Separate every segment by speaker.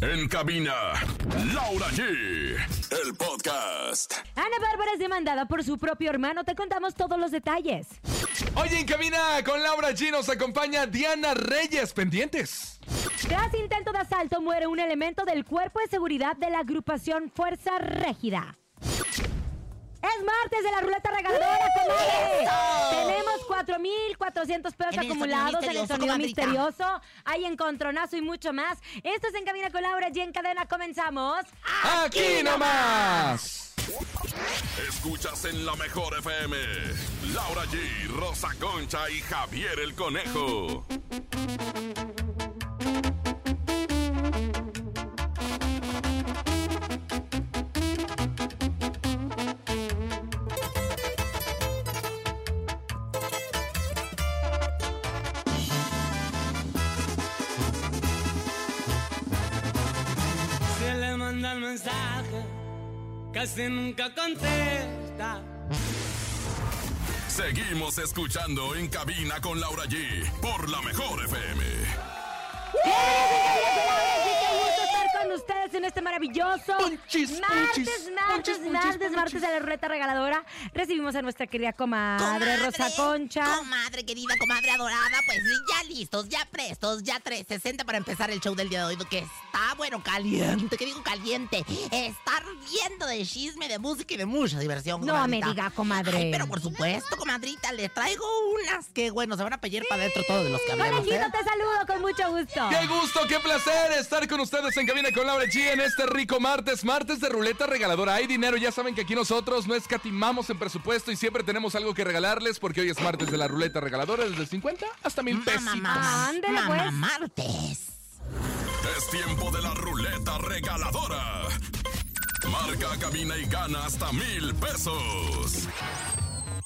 Speaker 1: En cabina, Laura G. El podcast.
Speaker 2: Ana Bárbara es demandada por su propio hermano. Te contamos todos los detalles.
Speaker 3: Oye, en cabina con Laura G nos acompaña Diana Reyes Pendientes.
Speaker 2: Tras intento de asalto muere un elemento del cuerpo de seguridad de la agrupación Fuerza Régida. Es martes de la ruleta regaladora, comadre. Tenemos 4,400 pesos
Speaker 4: En el
Speaker 2: acumulados
Speaker 4: sonido
Speaker 2: en el
Speaker 4: misterioso,
Speaker 2: sonido
Speaker 4: comadrita.
Speaker 2: misterioso. Hay encontronazo y mucho más. Esto es En Cabina con Laura G. En cadena comenzamos.
Speaker 3: Aquí nomás.
Speaker 1: Escuchas en la mejor FM. Laura G, Rosa Concha y Javier el Conejo.
Speaker 5: Se le manda el mensaje, casi nunca contesta.
Speaker 1: Seguimos escuchando en cabina con Laura G por la mejor FM.
Speaker 2: Qué gusto estar con ustedes en este maravilloso
Speaker 3: Punchis, punchis,
Speaker 2: martes, martes,
Speaker 3: punchis, punchis,
Speaker 2: martes, martes
Speaker 3: punchis.
Speaker 2: de la ruleta regaladora. Recibimos a nuestra querida comadre Rosa Concha.
Speaker 4: Comadre querida, comadre adorada, pues sí, ya listos, ya prestos, ya 360 para empezar el show del día de hoy, que está, bueno, caliente, que digo caliente, está ardiendo de chisme, de música y de mucha diversión.
Speaker 2: No
Speaker 4: comadrita.
Speaker 2: me diga, comadre.
Speaker 4: Ay, pero por supuesto, comadrita, le traigo unas que, bueno, se van a pellear para adentro todos de los que hablemos,
Speaker 2: Conejito,
Speaker 4: ¿eh?
Speaker 2: te saludo con mucho gusto.
Speaker 3: Qué gusto, qué placer estar con ustedes en cabina con Laura G en este rico martes, martes de ruleta regaladora. Hay dinero, ya saben que aquí nosotros no escatimamos en presupuesto y siempre tenemos algo que regalarles porque hoy es martes de la ruleta regaladora desde 50 hasta mil pesos.
Speaker 4: Mamá, mamá,
Speaker 2: Ándele,
Speaker 4: mamá,
Speaker 2: pues.
Speaker 4: martes.
Speaker 1: Es tiempo de la ruleta regaladora. Marca, cabina y gana hasta mil pesos.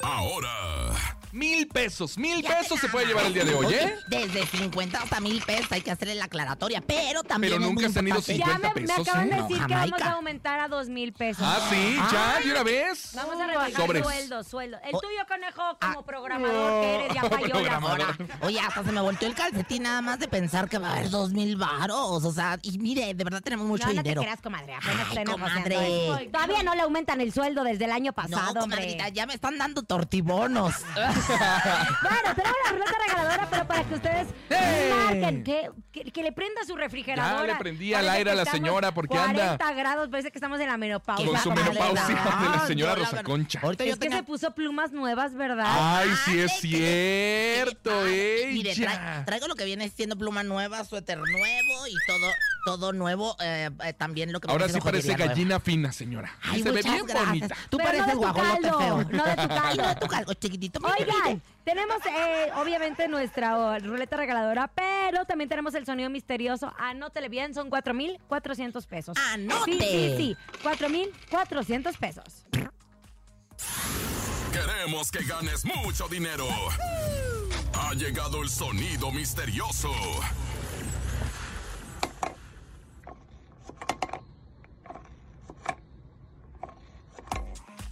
Speaker 1: Ahora,
Speaker 3: Mil pesos, mil
Speaker 4: Ya
Speaker 3: pesos
Speaker 4: te
Speaker 3: se puede
Speaker 4: amo.
Speaker 3: llevar el día de hoy, ¿eh?
Speaker 4: Desde 50 hasta mil pesos hay que hacerle la aclaratoria, pero también.
Speaker 3: Pero
Speaker 4: es
Speaker 3: nunca
Speaker 4: muy
Speaker 3: has tenido
Speaker 4: importante-
Speaker 2: ya me, me
Speaker 3: 50 pesos,
Speaker 2: acaban
Speaker 3: ¿eh?
Speaker 2: de
Speaker 4: No,
Speaker 2: decir que vamos
Speaker 4: Jamaica.
Speaker 2: a aumentar a dos mil pesos.
Speaker 3: Ah, sí, ya, de una vez.
Speaker 2: Vamos a rebajar
Speaker 3: Sobres.
Speaker 2: sueldo, sueldo. El
Speaker 4: Oh.
Speaker 2: tuyo, conejo, como
Speaker 4: Ah.
Speaker 2: programador que eres, ya falló la
Speaker 3: Programador.
Speaker 2: hora.
Speaker 4: Ahora, oye, hasta se me volteó el calcetín nada más de pensar que va a haber dos mil varos. O sea, y mire, de verdad tenemos mucho
Speaker 2: No, no te
Speaker 4: dinero.
Speaker 2: creas, comadre. Apenas
Speaker 4: Ay,
Speaker 2: estoy negociando
Speaker 4: comadre.
Speaker 2: esto. Todavía no le aumentan el sueldo desde el año pasado,
Speaker 4: no,
Speaker 2: hombre.
Speaker 4: comadrita, ya me están dando tortibonos.
Speaker 2: Bueno, tenemos la ruleta regaladora, pero para que ustedes
Speaker 3: ¡Ey!
Speaker 2: marquen, que, que- que le prenda su refrigeradora.
Speaker 3: ¡Eh! Ya le prendí al
Speaker 2: Parece
Speaker 3: aire
Speaker 2: que
Speaker 3: a la
Speaker 2: estamos
Speaker 3: señora, porque
Speaker 2: 40
Speaker 3: anda-
Speaker 2: grados, parece que estamos en la menopausia.
Speaker 3: Con su
Speaker 2: comadre.
Speaker 3: menopausia de la señora
Speaker 4: Yo,
Speaker 3: Rosa
Speaker 4: verdad,
Speaker 3: Concha.
Speaker 4: Ahorita
Speaker 2: Es
Speaker 4: yo
Speaker 2: que
Speaker 4: tenía-
Speaker 2: se puso plumas nuevas, ¿verdad?
Speaker 3: Ay, sí es
Speaker 4: Ándale,
Speaker 3: cierto,
Speaker 4: Ay, Mire,
Speaker 3: ella.
Speaker 4: tra- traigo lo que viene siendo pluma nueva, suéter nuevo y todo, todo nuevo. eh, eh, también lo que
Speaker 3: Ahora
Speaker 4: viene
Speaker 3: sí
Speaker 4: siendo
Speaker 3: parece
Speaker 4: joyería nueva.
Speaker 3: gallina fina, señora.
Speaker 4: Ay,
Speaker 3: se ve
Speaker 4: muchas
Speaker 3: bien
Speaker 4: gracias.
Speaker 3: bonita.
Speaker 4: Tú
Speaker 2: Pero no de
Speaker 4: pareces
Speaker 2: tu
Speaker 4: guajolote
Speaker 2: caldo,
Speaker 4: feo.
Speaker 2: no de tu
Speaker 4: Ay,
Speaker 2: caldo.
Speaker 4: no de tu caldo, chiquitito. mi
Speaker 2: Oigan,
Speaker 4: querido.
Speaker 2: tenemos eh, obviamente nuestra oh, ruleta regaladora, pero también tenemos el sonido misterioso. Anótele bien, son 4,400 pesos.
Speaker 4: Anote.
Speaker 2: Sí, sí, sí, 4,400 pesos.
Speaker 1: queremos que ganes mucho dinero. Ha llegado el sonido misterioso.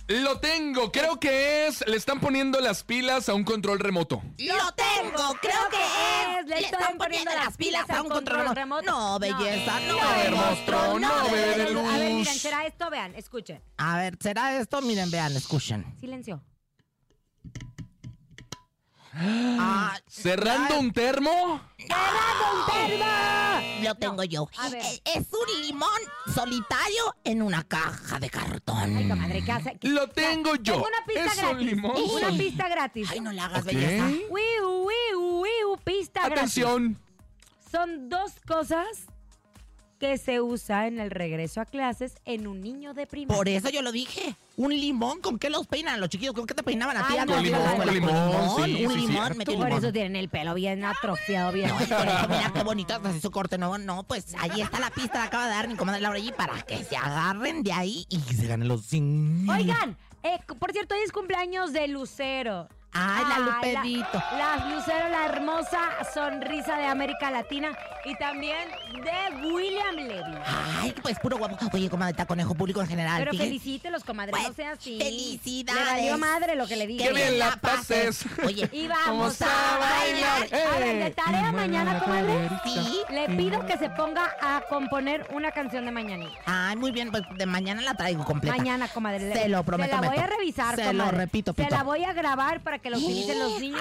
Speaker 3: Lo tengo, creo que es. Le están poniendo las pilas a un control remoto.
Speaker 4: Lo tengo, creo que es.
Speaker 2: Le están poniendo las pilas a un control remoto.
Speaker 4: No, belleza, no,
Speaker 3: no,
Speaker 4: bebé monstruo, no, bebé de luz.
Speaker 2: A ver, miren, será esto, vean, escuchen.
Speaker 4: A ver, ¿será esto? Miren, vean, escuchen.
Speaker 2: Silencio.
Speaker 4: Ah,
Speaker 3: ¿Cerrando un termo?
Speaker 4: lo tengo yo.
Speaker 2: a ver.
Speaker 4: Eh, Es un limón solitario en una caja de cartón.
Speaker 2: Ay, comadre, ¿qué hace? ¿Qué-
Speaker 3: Lo tengo yo.
Speaker 2: Tengo una pista
Speaker 3: es un
Speaker 2: gratis.
Speaker 3: limón.
Speaker 2: Una pista gratis.
Speaker 4: Ay, no la hagas,
Speaker 3: Ok.
Speaker 4: belleza.
Speaker 2: Wiu, wiu, wiu, pista gratis.
Speaker 3: Atención.
Speaker 2: Son dos cosas que se usa en el regreso a clases en un niño deprimido.
Speaker 4: Por eso yo lo dije. Un limón, ¿con qué los peinan los chiquillos? ¿Con qué te peinaban a ti?
Speaker 2: Ay,
Speaker 4: antes?
Speaker 2: con limón,
Speaker 4: Con
Speaker 2: con
Speaker 3: limón, sí,
Speaker 4: un
Speaker 3: sí,
Speaker 4: limón,
Speaker 3: cierto.
Speaker 4: metí
Speaker 2: Por
Speaker 4: limón.
Speaker 2: eso tienen el pelo bien atrofiado, bien.
Speaker 4: No, es que esto, mira qué bonito, hasta se hizo corte nuevo. No, pues ahí está la pista, la acaba de dar mi comadre Laura G para que se agarren de ahí y que se ganen los cinco.
Speaker 2: Oigan, eh, por cierto, hoy es cumpleaños de Lucero.
Speaker 4: Ay, la
Speaker 2: Ay, la-
Speaker 4: Lupedito.
Speaker 2: La, Lucero, la hermosa sonrisa de América Latina. Y también de William William Levy.
Speaker 4: Ay, pues puro guapo. Oye, comadre, está conejo público en general.
Speaker 2: Pero
Speaker 4: fíjate.
Speaker 2: felicítelos, comadre, no
Speaker 4: Pues,
Speaker 2: sea así.
Speaker 4: felicidades.
Speaker 2: Le valió madre lo que le dije.
Speaker 3: Qué bien la pases.
Speaker 4: Oye,
Speaker 2: Y vamos
Speaker 3: Vamos
Speaker 2: a
Speaker 3: a
Speaker 2: bailar.
Speaker 3: bailar.
Speaker 2: A ver, de
Speaker 3: ¡Eh!
Speaker 2: tarea mañana, comadre.
Speaker 4: sí.
Speaker 2: Le pido que se ponga a componer una canción de mañanita.
Speaker 4: Ay, muy bien, pues de mañana la traigo completa.
Speaker 2: Mañana, comadre. le-
Speaker 4: Se lo prometo,
Speaker 2: Se la voy
Speaker 4: Beto.
Speaker 2: a revisar,
Speaker 4: Se
Speaker 2: comadre.
Speaker 4: lo repito,
Speaker 2: Se
Speaker 4: Pito.
Speaker 2: la voy a grabar para que lo utilicen los niños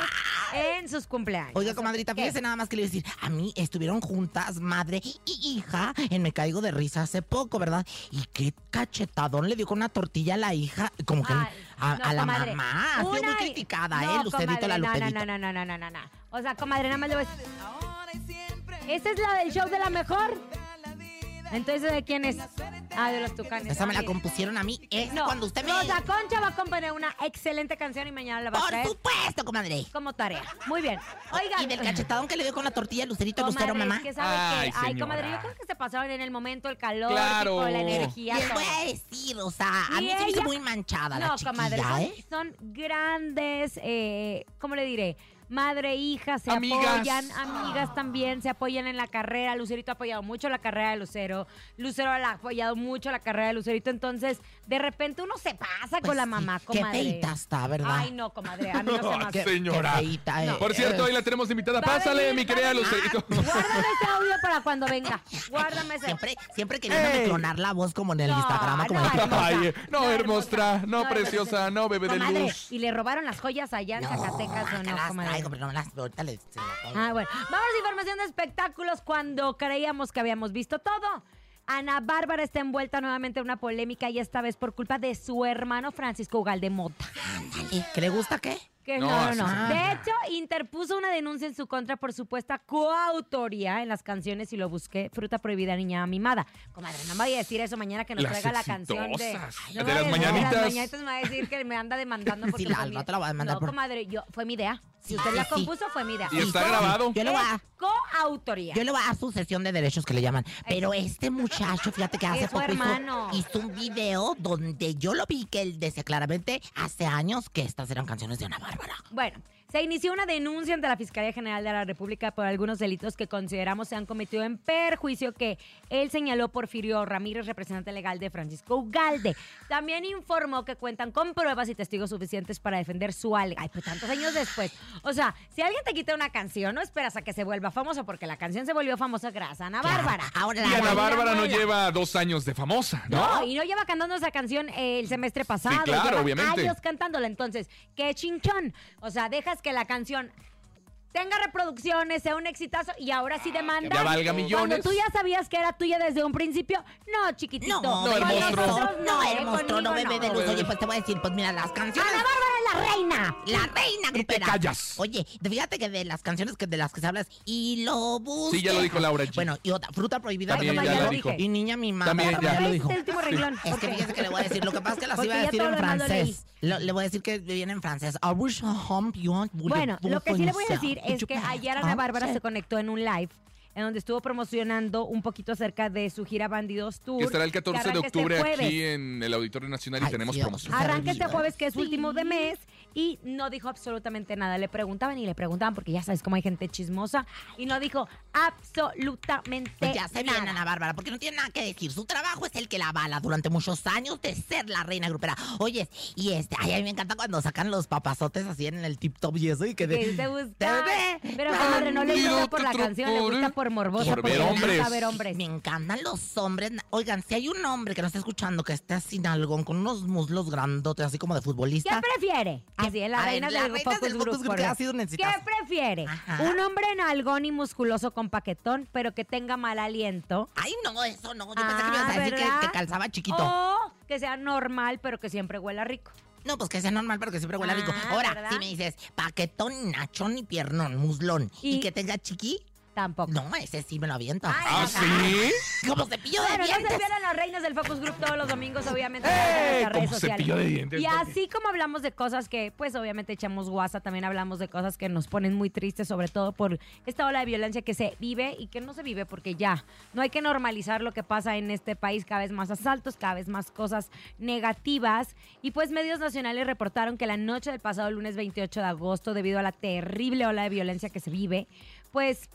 Speaker 2: en sus cumpleaños.
Speaker 4: Oiga, comadrita,
Speaker 2: ¿Qué?
Speaker 4: fíjese nada más que le iba a decir. A mí estuvieron juntas madre y hija en Me Caigo de Risa hace poco, ¿verdad? Y qué cachetadón le dio con una tortilla a la hija, como que
Speaker 2: Ay,
Speaker 4: a,
Speaker 2: no,
Speaker 4: a la
Speaker 2: comadre.
Speaker 4: mamá. Ha sido
Speaker 2: Una
Speaker 4: muy
Speaker 2: y- No,
Speaker 4: criticada, ¿eh? Lucerito, la
Speaker 2: comadre,
Speaker 4: Luperito.
Speaker 2: No, no, no, no, no, no, no. O sea, comadre, nada más le voy a decir. ¿Esta es la del show de la mejor? Entonces, ¿de quién es? Ah, de los tucanes.
Speaker 4: Esa me
Speaker 2: Ah,
Speaker 4: la
Speaker 2: mira.
Speaker 4: compusieron a mí. Es
Speaker 2: No,
Speaker 4: cuando usted me...
Speaker 2: Rosa Concha va a componer una excelente canción y mañana la va a
Speaker 4: Por
Speaker 2: traer
Speaker 4: supuesto, comadre.
Speaker 2: como tarea. Muy bien. Oigan.
Speaker 4: Y del cachetadón que le dio con la tortilla a Lucerito,
Speaker 2: Comadre,
Speaker 4: Lucero, mamá.
Speaker 2: es que sabe
Speaker 3: Ay,
Speaker 2: que, ay, comadre, yo
Speaker 3: señora.
Speaker 2: creo que se pasaron en el momento el calor,
Speaker 3: Claro.
Speaker 2: tipo, la
Speaker 4: Y
Speaker 2: energía.
Speaker 4: les
Speaker 2: todo.
Speaker 4: voy a decir, o sea, a
Speaker 2: Y
Speaker 4: mí se me hizo
Speaker 2: ella-
Speaker 4: muy manchada la
Speaker 2: No,
Speaker 4: chiquilla,
Speaker 2: comadre, son,
Speaker 4: ¿eh?
Speaker 2: son grandes, eh, ¿cómo le diré? Madre, hija, se
Speaker 3: Amigas.
Speaker 2: apoyan, amigas también, se apoyan en la carrera. Lucerito ha apoyado mucho la carrera de Lucero. Lucero la ha apoyado mucho la carrera de Lucerito. Entonces, de repente uno se pasa
Speaker 4: Pues
Speaker 2: con la
Speaker 4: sí,
Speaker 2: mamá, comadre.
Speaker 4: Qué feita está, ¿verdad?
Speaker 2: Ay, no, comadre, a mí no se me hace.
Speaker 3: Qué señora.
Speaker 4: Qué feita,
Speaker 2: No.
Speaker 4: eh.
Speaker 3: Por cierto, hoy la tenemos invitada. Pásale, mi querida Lucerito.
Speaker 2: Guárdame ese audio para cuando venga. Guárdame ese.
Speaker 4: Siempre, siempre queriéndome
Speaker 3: Ey.
Speaker 4: clonar la voz como en el
Speaker 2: No,
Speaker 4: Instagram. Como
Speaker 2: no,
Speaker 4: en el-
Speaker 2: Ah, hermosa,
Speaker 3: Ay, no,
Speaker 2: no,
Speaker 3: hermosa,
Speaker 2: hermosa,
Speaker 3: no,
Speaker 2: no, hermosa.
Speaker 3: preciosa, no, bebé de
Speaker 2: Comadre,
Speaker 3: luz.
Speaker 2: Y le robaron las joyas allá en Zacatecas o
Speaker 4: acá
Speaker 2: no,
Speaker 4: las
Speaker 2: comadre.
Speaker 4: traigo, pero no las ahorita les- se las pongo.
Speaker 2: Ah, bueno. Vamos a información de espectáculos cuando creíamos que habíamos visto todo. Ana Bárbara está envuelta nuevamente en una polémica y esta vez por culpa de su hermano Francisco Ugalde Mota.
Speaker 4: Ándale, ¿Que le gusta qué?
Speaker 2: Que
Speaker 3: No,
Speaker 2: no, no,
Speaker 3: así
Speaker 2: no.
Speaker 3: es.
Speaker 2: De hecho, interpuso una denuncia en su contra por supuesta coautoría en las canciones y lo busqué, Fruta Prohibida Niña Mimada. Comadre, no me voy a decir eso mañana que nos
Speaker 3: Las
Speaker 2: traiga la canción de,
Speaker 3: exitosas.
Speaker 2: No me
Speaker 3: De las
Speaker 2: voy a decir,
Speaker 3: mañanitas.
Speaker 2: De las mañanitas me va a decir que me anda demandando porque
Speaker 4: Sí, la-
Speaker 2: fue
Speaker 4: al
Speaker 2: mi-
Speaker 4: rato la va a demandar
Speaker 2: No,
Speaker 4: por-
Speaker 2: comadre, yo, fue mi idea. Si
Speaker 4: Sí,
Speaker 2: usted
Speaker 4: sí,
Speaker 2: la
Speaker 4: sí.
Speaker 2: compuso, fue mi idea.
Speaker 3: Y está
Speaker 4: Sí,
Speaker 3: grabado.
Speaker 4: Yo le voy a...
Speaker 2: Es coautoría.
Speaker 4: Yo le voy a dar su sesión de derechos que le llaman. Pero este muchacho, fíjate que hace
Speaker 2: su
Speaker 4: poco hizo-
Speaker 2: hermano.
Speaker 4: Hizo, un video donde yo lo vi que él decía claramente hace años que estas eran canciones de Ana Bárbara.
Speaker 2: Bueno, se inició una denuncia ante la Fiscalía General de la República por algunos delitos que consideramos se han cometido en perjuicio que él señaló Porfirio Ramírez, representante legal de Francisco Ugalde. También informó que cuentan con pruebas y testigos suficientes para defender su alega. Ay, pues tantos años después. O sea, si alguien te quita una canción, no esperas a que se vuelva famosa, porque la canción se volvió famosa gracias a Ana
Speaker 4: Claro.
Speaker 2: Bárbara.
Speaker 4: Ahora la
Speaker 3: Y Ana
Speaker 4: Ay,
Speaker 3: Bárbara no
Speaker 2: abuela.
Speaker 3: lleva dos años de famosa,
Speaker 2: No,
Speaker 3: ¿no?
Speaker 2: y no lleva cantando esa canción eh, el semestre pasado.
Speaker 3: claro,
Speaker 2: lleva
Speaker 3: obviamente.
Speaker 2: años cantándola. Entonces, qué chinchón. O sea, dejas que la canción tenga reproducciones, sea un exitazo y ahora sí demanda.
Speaker 3: ya valga millones.
Speaker 2: Cuando tú ya sabías que era tuya desde un principio, no, chiquitito.
Speaker 4: No, no,
Speaker 2: Con
Speaker 3: hermoso.
Speaker 2: nosotros
Speaker 4: hermoso. No,
Speaker 2: eh,
Speaker 4: hermoso,
Speaker 2: conmigo
Speaker 4: no, bebé de luz.
Speaker 3: Bebé.
Speaker 4: Oye, pues te voy a decir, pues mira, las canciones.
Speaker 2: Ana Bárbara es la reina.
Speaker 4: La reina
Speaker 3: Y te
Speaker 4: grupera.
Speaker 3: callas.
Speaker 4: Oye, fíjate que de las canciones que de las que se hablas y lo busqué.
Speaker 3: Sí, ya lo dijo Laura G.
Speaker 4: Bueno, y otra, fruta prohibida.
Speaker 3: También
Speaker 4: Ay,
Speaker 2: ya
Speaker 4: comadre,
Speaker 2: lo
Speaker 4: dije.
Speaker 2: dijo.
Speaker 4: Y niña mi madre.
Speaker 3: También ya
Speaker 2: Este
Speaker 3: lo
Speaker 2: es
Speaker 3: dijo.
Speaker 2: el último renglón.
Speaker 4: Es que
Speaker 2: Ok.
Speaker 4: fíjate que le voy a decir, lo que pasa es que las
Speaker 2: Porque
Speaker 4: iba a
Speaker 2: ya
Speaker 4: decir
Speaker 2: todo
Speaker 4: en
Speaker 2: lo demás lo leí.
Speaker 4: francés. Lo- le voy a decir que viene en francés. I wish home beyond
Speaker 2: Bueno, lo que sí le voy a decir es que ayer
Speaker 4: ayer
Speaker 2: Ana Bárbara se conectó en un live en donde estuvo promocionando un poquito acerca de su gira Bandidos Tour.
Speaker 3: Que estará el 14 de
Speaker 2: arranca este
Speaker 3: octubre
Speaker 2: jueves.
Speaker 3: aquí en el Auditorio Nacional y
Speaker 4: Ay,
Speaker 3: tenemos
Speaker 4: Dios.
Speaker 3: promoción.
Speaker 2: Arranca este
Speaker 4: Maravilloso.
Speaker 2: jueves que es último de mes y no dijo absolutamente nada. Le preguntaban y le preguntaban porque ya sabes cómo hay gente chismosa y no dijo absolutamente
Speaker 4: Pues Ya se viene
Speaker 2: nada.
Speaker 4: Ana Bárbara, porque no tiene nada que decir. Su trabajo es el que la avala durante muchos años de ser la reina grupera. Oye, y este, ay, a mí me encanta cuando sacan los papazotes así en el tip top y eso, y que de-
Speaker 2: Que te gusta.
Speaker 4: Te ve.
Speaker 2: Pero comadre, no le gusta por la canción, le gusta por morbosa.
Speaker 3: Por
Speaker 2: porque
Speaker 3: ver
Speaker 2: le gusta
Speaker 3: hombres.
Speaker 2: ver hombres.
Speaker 4: Me encantan los hombres. Oigan, si hay un hombre que no está escuchando que esté sin algón, con unos muslos grandotes, así como de
Speaker 2: ¿Qué
Speaker 4: futbolista.
Speaker 2: prefiere? Así es, la
Speaker 4: A ver,
Speaker 2: reina
Speaker 4: la
Speaker 2: del
Speaker 4: reina
Speaker 2: focus
Speaker 4: del focus
Speaker 2: group.
Speaker 4: group,
Speaker 2: por
Speaker 4: que ha
Speaker 2: Dios.
Speaker 4: sido un
Speaker 2: ¿Qué
Speaker 4: exitazo.
Speaker 2: prefiere?
Speaker 4: Ajá.
Speaker 2: ¿Un hombre nalgón y musculoso con paquetón, pero que tenga mal aliento?
Speaker 4: Ay, no, eso no. Yo pensé que me ibas
Speaker 2: Ah,
Speaker 4: a decir que,
Speaker 2: ¿verdad? Oh.
Speaker 4: que calzaba chiquito.
Speaker 2: O que sea normal, pero que siempre huela rico.
Speaker 4: No, pues que sea normal, pero que siempre huela rico.
Speaker 2: Ah,
Speaker 4: Ahora,
Speaker 2: ¿verdad?
Speaker 4: si me dices paquetón, nachón y piernón, muslón, y,
Speaker 2: Y-
Speaker 4: que tenga chiqui,
Speaker 2: Tampoco.
Speaker 4: no, ese sí me lo aviento.
Speaker 2: Ay,
Speaker 3: ¿Ah, sí?
Speaker 4: Como cepillo de
Speaker 2: Bueno, no se
Speaker 4: dientes.
Speaker 2: pierdan las reinas del Focus Group todos los domingos, obviamente,
Speaker 3: ¡Eh!
Speaker 2: en nuestras redes
Speaker 3: Como cepillo
Speaker 2: sociales.
Speaker 3: de dientes.
Speaker 2: Y así como hablamos de cosas que, pues obviamente echamos guasa, también hablamos de cosas que nos ponen muy tristes, sobre todo por esta ola de violencia que se vive y que no se vive porque ya no hay que normalizar lo que pasa en este país, cada vez más asaltos, cada vez más cosas negativas. Y pues medios nacionales reportaron que la noche del pasado lunes 28 de agosto, debido a la terrible ola de violencia que se vive, pues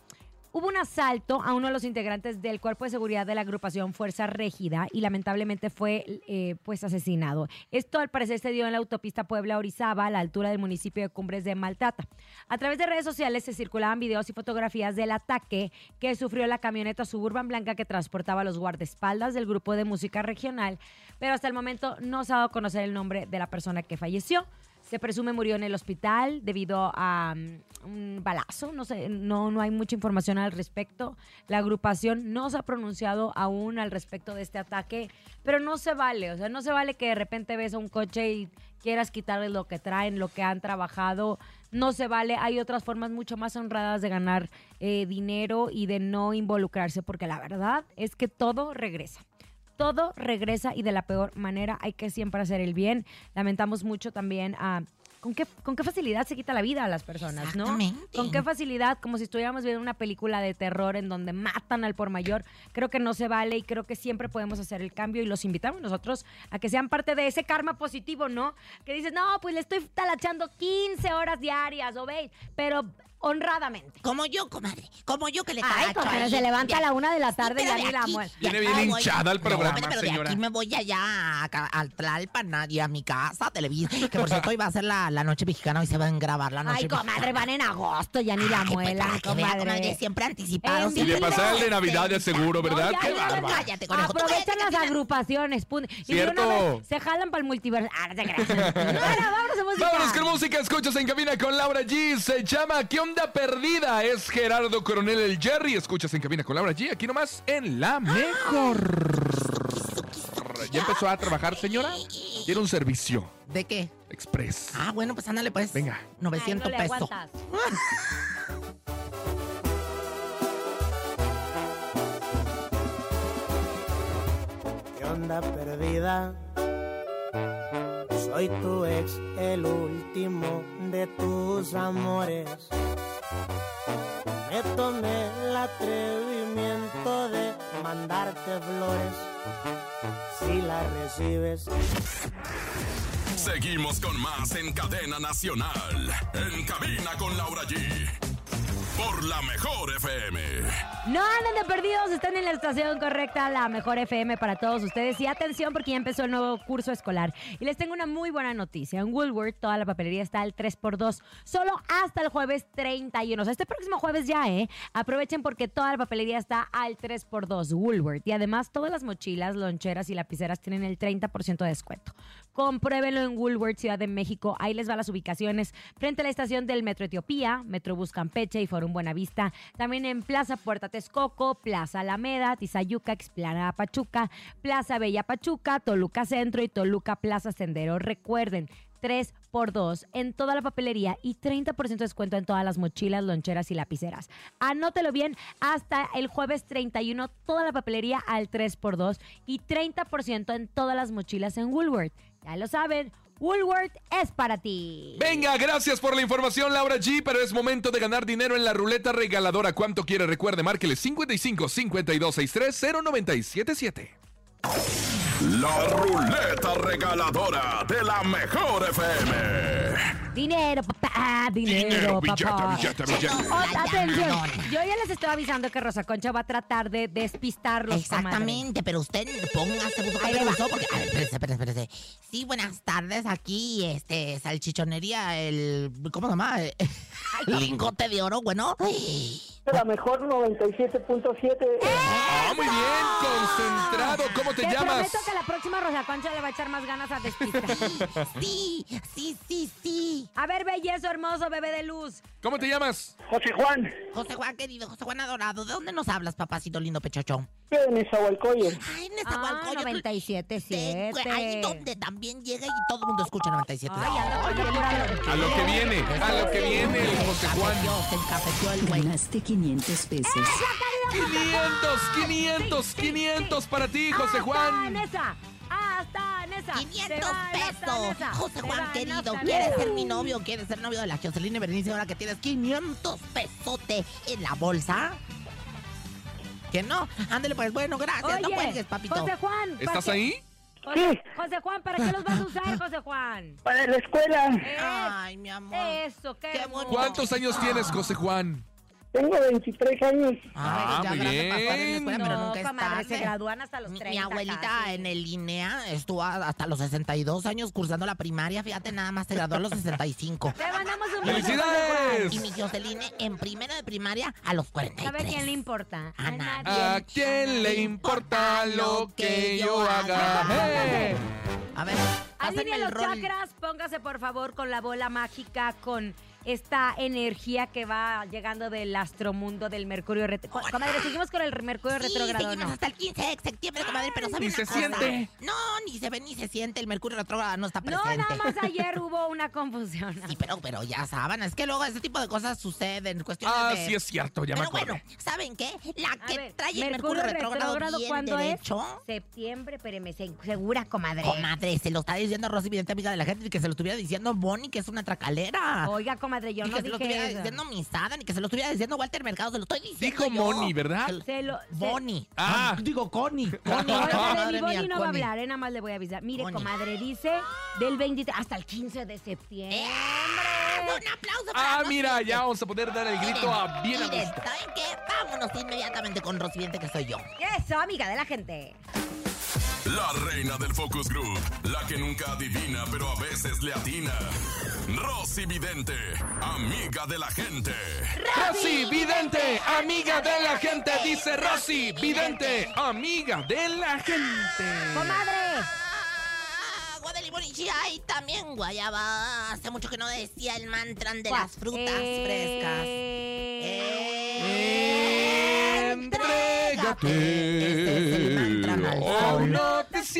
Speaker 2: Hubo un asalto a uno de los integrantes del cuerpo de seguridad de la agrupación Fuerza Régida y lamentablemente fue eh, pues asesinado. Esto al parecer se dio en la autopista Puebla-Orizaba a la altura del municipio de Cumbres de Maltrata. A través de redes sociales se circulaban videos y fotografías del ataque que sufrió la camioneta suburban blanca que transportaba a los guardaespaldas del grupo de música regional, pero hasta el momento no se ha dado a conocer el nombre de la persona que falleció. Se presume murió en el hospital debido a um, un balazo. No sé, no, no hay mucha información al respecto. La agrupación no se ha pronunciado aún al respecto de este ataque, pero no se vale. O sea, no se vale que de repente ves a un coche y quieras quitarles lo que traen, lo que han trabajado. No se vale. Hay otras formas mucho más honradas de ganar eh, dinero y de no involucrarse, porque la verdad es que todo regresa todo regresa y de la peor manera. Hay que siempre hacer el bien. Lamentamos mucho también a. ¿Con qué, con qué facilidad se quita la vida a las personas, ¿no?
Speaker 4: Exactamente.
Speaker 2: Con qué facilidad, como si estuviéramos viendo una película de terror en donde matan al por mayor. Creo que no se vale y creo que siempre podemos hacer el cambio y los invitamos nosotros a que sean parte de ese karma positivo, ¿no? Que dices, no, pues le estoy talachando 15 horas diarias, ¿o veis? Pero honradamente.
Speaker 4: Como yo, comadre. Como yo que le
Speaker 2: Ay,
Speaker 4: talacho
Speaker 2: comadre,
Speaker 4: ahí.
Speaker 2: se levanta a
Speaker 4: Ya.
Speaker 2: la una de la tarde y ya
Speaker 4: Pero de
Speaker 2: ni la
Speaker 4: aquí-
Speaker 2: muerte.
Speaker 4: de
Speaker 3: Viene
Speaker 4: acá
Speaker 3: bien
Speaker 4: voy-
Speaker 3: hinchada al
Speaker 4: No,
Speaker 3: programa,
Speaker 4: hombre, pero
Speaker 3: señora.
Speaker 4: de aquí me voy allá, acá, al Tlalpan y a mi casa, a Televisa. Que por cierto, hoy va a ser la, la noche mexicana, hoy se van a grabar la noche
Speaker 2: Ay, comadre,
Speaker 4: mexicana.
Speaker 2: van en agosto, ya ni la
Speaker 4: Ay, pues,
Speaker 2: muela,
Speaker 4: para que vea,
Speaker 2: comadre.
Speaker 4: comadre, siempre anticipado.
Speaker 2: En
Speaker 3: Y
Speaker 4: siempre
Speaker 3: le pasará el de
Speaker 4: presente.
Speaker 3: Navidad de seguro, ¿verdad?
Speaker 2: No, ya,
Speaker 3: Qué
Speaker 2: ya, ya,
Speaker 3: bárbaro.
Speaker 4: Cállate, conejo.
Speaker 2: Aprovechan
Speaker 4: Cállate,
Speaker 2: las
Speaker 4: cállate.
Speaker 2: agrupaciones, pun- Y de
Speaker 3: Cierto.
Speaker 2: una vez se jalan para el multiverso. Ah, no te creas. Ahora, vámonos a música.
Speaker 3: Vámonos con música, escuchas en cabina con Laura G. Se llama ¿Qué onda perdida? Es Gerardo Coronel el Jerry. Escuchas en cabina con Laura G. Aquí nomás en la mejor.
Speaker 2: Ah.
Speaker 3: ¿Ya empezó a trabajar, señora? Tiene un servicio
Speaker 4: ¿De qué?
Speaker 3: express.
Speaker 4: Ah, bueno, pues ándale, pues.
Speaker 3: Venga.
Speaker 2: Ay,
Speaker 4: 900
Speaker 2: no le
Speaker 4: pesos.
Speaker 2: aguantas.
Speaker 6: ¿Qué onda perdida? Soy tu ex, el último de tus amores. Me tomé el atrevimiento de mandarte flores. Si las recibes,
Speaker 1: Seguimos con más en Cadena Nacional. En cabina con Laura G. Por la mejor FM.
Speaker 2: No anden de perdidos, están en la estación correcta, la mejor FM para todos ustedes. Y atención, porque ya empezó el nuevo curso escolar. Y les tengo una muy buena noticia. En Woolworth toda la papelería está al 3x2, solo hasta el jueves 31. O sea, este próximo jueves ya, ¿eh? Aprovechen porque toda la papelería está al 3x2, Woolworth. Y además, todas las mochilas, loncheras y lapiceras tienen el 30% de descuento. Compruébenlo en Woolworth, Ciudad de México. Ahí les va las ubicaciones frente a la estación del Metro Etiopía, Metrobús Campeche y Forum Buenavista. También en Plaza Puerta Texcoco, Plaza Alameda, Tizayuca, Explanada Pachuca, Plaza Bella Pachuca, Toluca Centro y Toluca Plaza Sendero. Recuerden, 3 por 2 en toda la papelería y 30% de descuento en todas las mochilas, loncheras y lapiceras. Anótelo bien, hasta el jueves 31 toda la papelería al 3 por 2 y 30% en todas las mochilas en Woolworth. Ya lo saben, Woolworth es para ti.
Speaker 3: Venga, gracias por la información, Laura G. Pero es momento de ganar dinero en la ruleta regaladora. ¿Cuánto quiere? Recuerde, márquele 55 52 63 0977.
Speaker 1: La ruleta regaladora de la mejor FM.
Speaker 2: Dinero, papá, dinero, papá.
Speaker 3: billete,
Speaker 4: Chicos,
Speaker 2: Oh,
Speaker 4: la
Speaker 2: atención,
Speaker 4: llamadona.
Speaker 2: yo ya les estoy avisando que Rosa Concha va a tratar de despistarlos.
Speaker 4: Exactamente, pero usted póngase mucho
Speaker 2: Ahí le va.
Speaker 4: cabello porque. A ver, espérese, espérese, espérese. Sí, buenas tardes. Aquí, este, salchichonería, el. ¿Cómo se llama? El lingote de oro, bueno.
Speaker 7: La mejor 97.7.
Speaker 8: ¿Eh?
Speaker 3: Ah, muy bien, concentrado. ¿Cómo te
Speaker 2: Te
Speaker 3: llamas?
Speaker 2: prometo que la próxima Rosa Concha le va a echar más ganas a despistar.
Speaker 4: Sí, sí, sí, sí.
Speaker 2: A ver, bellezo hermoso, bebé de luz.
Speaker 3: ¿Cómo te llamas?
Speaker 7: José Juan,
Speaker 4: José Juan, querido, José Juan adorado, ¿de dónde nos hablas, papacito lindo pechocho?
Speaker 7: en Nezahualcóyotl.
Speaker 4: Ay, en
Speaker 2: Ah,
Speaker 4: Nezahualcóyotl.
Speaker 2: 97.7.
Speaker 4: Tengo- Ahí donde también llega y todo el mundo escucha 97.
Speaker 2: Ay, anda con el libro.
Speaker 3: A lo que viene, a lo que viene el José Juan.
Speaker 4: Se encafeteó el güey.
Speaker 9: Ganaste 500 pesos.
Speaker 3: 500, 500, 500 para ti, José
Speaker 2: Hasta
Speaker 3: Juan.
Speaker 2: Nesa, hasta Nesa.
Speaker 4: 500 pesos. José Juan, querido, ¿quieres ser mi novio? ¿Quieres ser novio de la Jocelyn y Berenice ahora que tienes 500 pesote en la bolsa? ¿Que no? Ándale, pues, bueno, gracias.
Speaker 2: Oye,
Speaker 4: no cuelgues, papito.
Speaker 2: José Juan. ¿para
Speaker 3: ¿Estás
Speaker 2: qué-
Speaker 3: ahí?
Speaker 2: José, José Juan, ¿para qué los vas a usar, José Juan?
Speaker 7: Para la escuela,
Speaker 2: Eh,
Speaker 4: Ay, mi amor.
Speaker 2: Eso, qué,
Speaker 4: Qué
Speaker 2: hermoso.
Speaker 4: bonito.
Speaker 3: ¿Cuántos años tienes, José Juan?
Speaker 7: Tengo 23 años.
Speaker 3: Ah,
Speaker 4: ya
Speaker 3: muy
Speaker 4: grande para estar en la
Speaker 3: bien.
Speaker 4: escuela, pero
Speaker 2: No,
Speaker 4: nunca es
Speaker 2: comadre,
Speaker 4: tarde.
Speaker 2: se gradúan hasta los
Speaker 4: Mi-
Speaker 2: 30
Speaker 4: Mi abuelita
Speaker 2: casi.
Speaker 4: en el INEA estuvo a- hasta los 62 años cursando la primaria. Fíjate, nada más se graduó a los 65.
Speaker 2: Te mandamos un beso.
Speaker 3: ¡Felicidades!
Speaker 4: Y mi Joseline en primero de primaria a los
Speaker 2: A ver
Speaker 4: 43.
Speaker 2: quién le importa.
Speaker 4: A nadie.
Speaker 3: ¿A quién le importa lo que yo haga? ¡Eh!
Speaker 4: A ver, pásenme
Speaker 2: Alineen
Speaker 4: el
Speaker 2: los
Speaker 4: rol.
Speaker 2: chakras, póngase por favor con la bola mágica, con esta energía que va llegando del astromundo del Mercurio retrógrado. Comadre, seguimos con el Mercurio
Speaker 4: Sí,
Speaker 2: retrogrado,
Speaker 4: seguimos
Speaker 2: ¿no?
Speaker 4: hasta el 15 de septiembre, comadre, pero ¿saben
Speaker 3: ni
Speaker 4: una
Speaker 3: se
Speaker 4: cosa?
Speaker 3: siente.
Speaker 4: No, ni se ve ni se siente. El mercurio retrógrado no está
Speaker 2: No,
Speaker 4: presente.
Speaker 2: nada más ayer hubo una confusión.
Speaker 4: Sí, pero, pero ya saben, es que luego ese tipo de cosas suceden. Cuestiones
Speaker 3: Ah,
Speaker 4: de...
Speaker 3: sí es cierto, ya me
Speaker 4: Pero
Speaker 3: acuerdo.
Speaker 4: bueno, ¿saben qué? La
Speaker 2: A
Speaker 4: que
Speaker 2: ver,
Speaker 4: trae el mercurio, retrógrado bien
Speaker 2: ¿cuándo es?
Speaker 4: derecho.
Speaker 2: Septiembre, espéreme, se- segura, comadre.
Speaker 4: Comadre, se lo está diciendo Rosy, evidente amiga de la gente, y que se lo estuviera diciendo Bonnie, que es una tracalera.
Speaker 2: Oiga, comadre, yo
Speaker 4: ah. y
Speaker 2: no
Speaker 4: que se lo estuviera
Speaker 2: dije eso.
Speaker 4: diciendo Misada, ni que se lo estuviera diciendo Walter Mercado, se lo estoy diciendo.
Speaker 3: Dijo
Speaker 4: yo.
Speaker 3: Moni, ¿verdad?
Speaker 4: Se lo-
Speaker 2: Se lo, se-
Speaker 4: Bonnie.
Speaker 3: Ah.
Speaker 4: digo Connie. Connie.
Speaker 2: Ahora, comadre,
Speaker 4: madre
Speaker 2: mi Bonnie
Speaker 4: mía,
Speaker 2: no va a
Speaker 4: Connie.
Speaker 2: hablar, eh, nada más le voy a avisar. Mire,
Speaker 4: Bonnie.
Speaker 2: comadre, dice del 23 hasta el 15 de septiembre.
Speaker 4: ¡Eh, Un aplauso para
Speaker 3: Ah,
Speaker 4: Rosy
Speaker 3: mira,
Speaker 4: Vidente.
Speaker 3: ya vamos a poder dar el grito a bien a
Speaker 4: Miren,
Speaker 3: gusto.
Speaker 4: ¿saben qué? Vámonos inmediatamente con Rosy Vidente, que soy yo.
Speaker 2: Eso, amiga de la gente.
Speaker 1: La reina del Focus Group, la que nunca adivina pero a veces le atina. Rosy Vidente, amiga de la gente.
Speaker 3: Rosy Vidente, amiga de la gente, dice Rosy Vidente, amiga de la gente.
Speaker 2: Comadre,
Speaker 4: Ah, Agua de limón y chía y también guayaba. Hace mucho que no decía el mantra de las frutas
Speaker 2: eh,
Speaker 4: frescas. Eh, Entrégate. Ese Este es el mantra
Speaker 3: Oh,
Speaker 4: malsano.
Speaker 3: no te
Speaker 4: Tu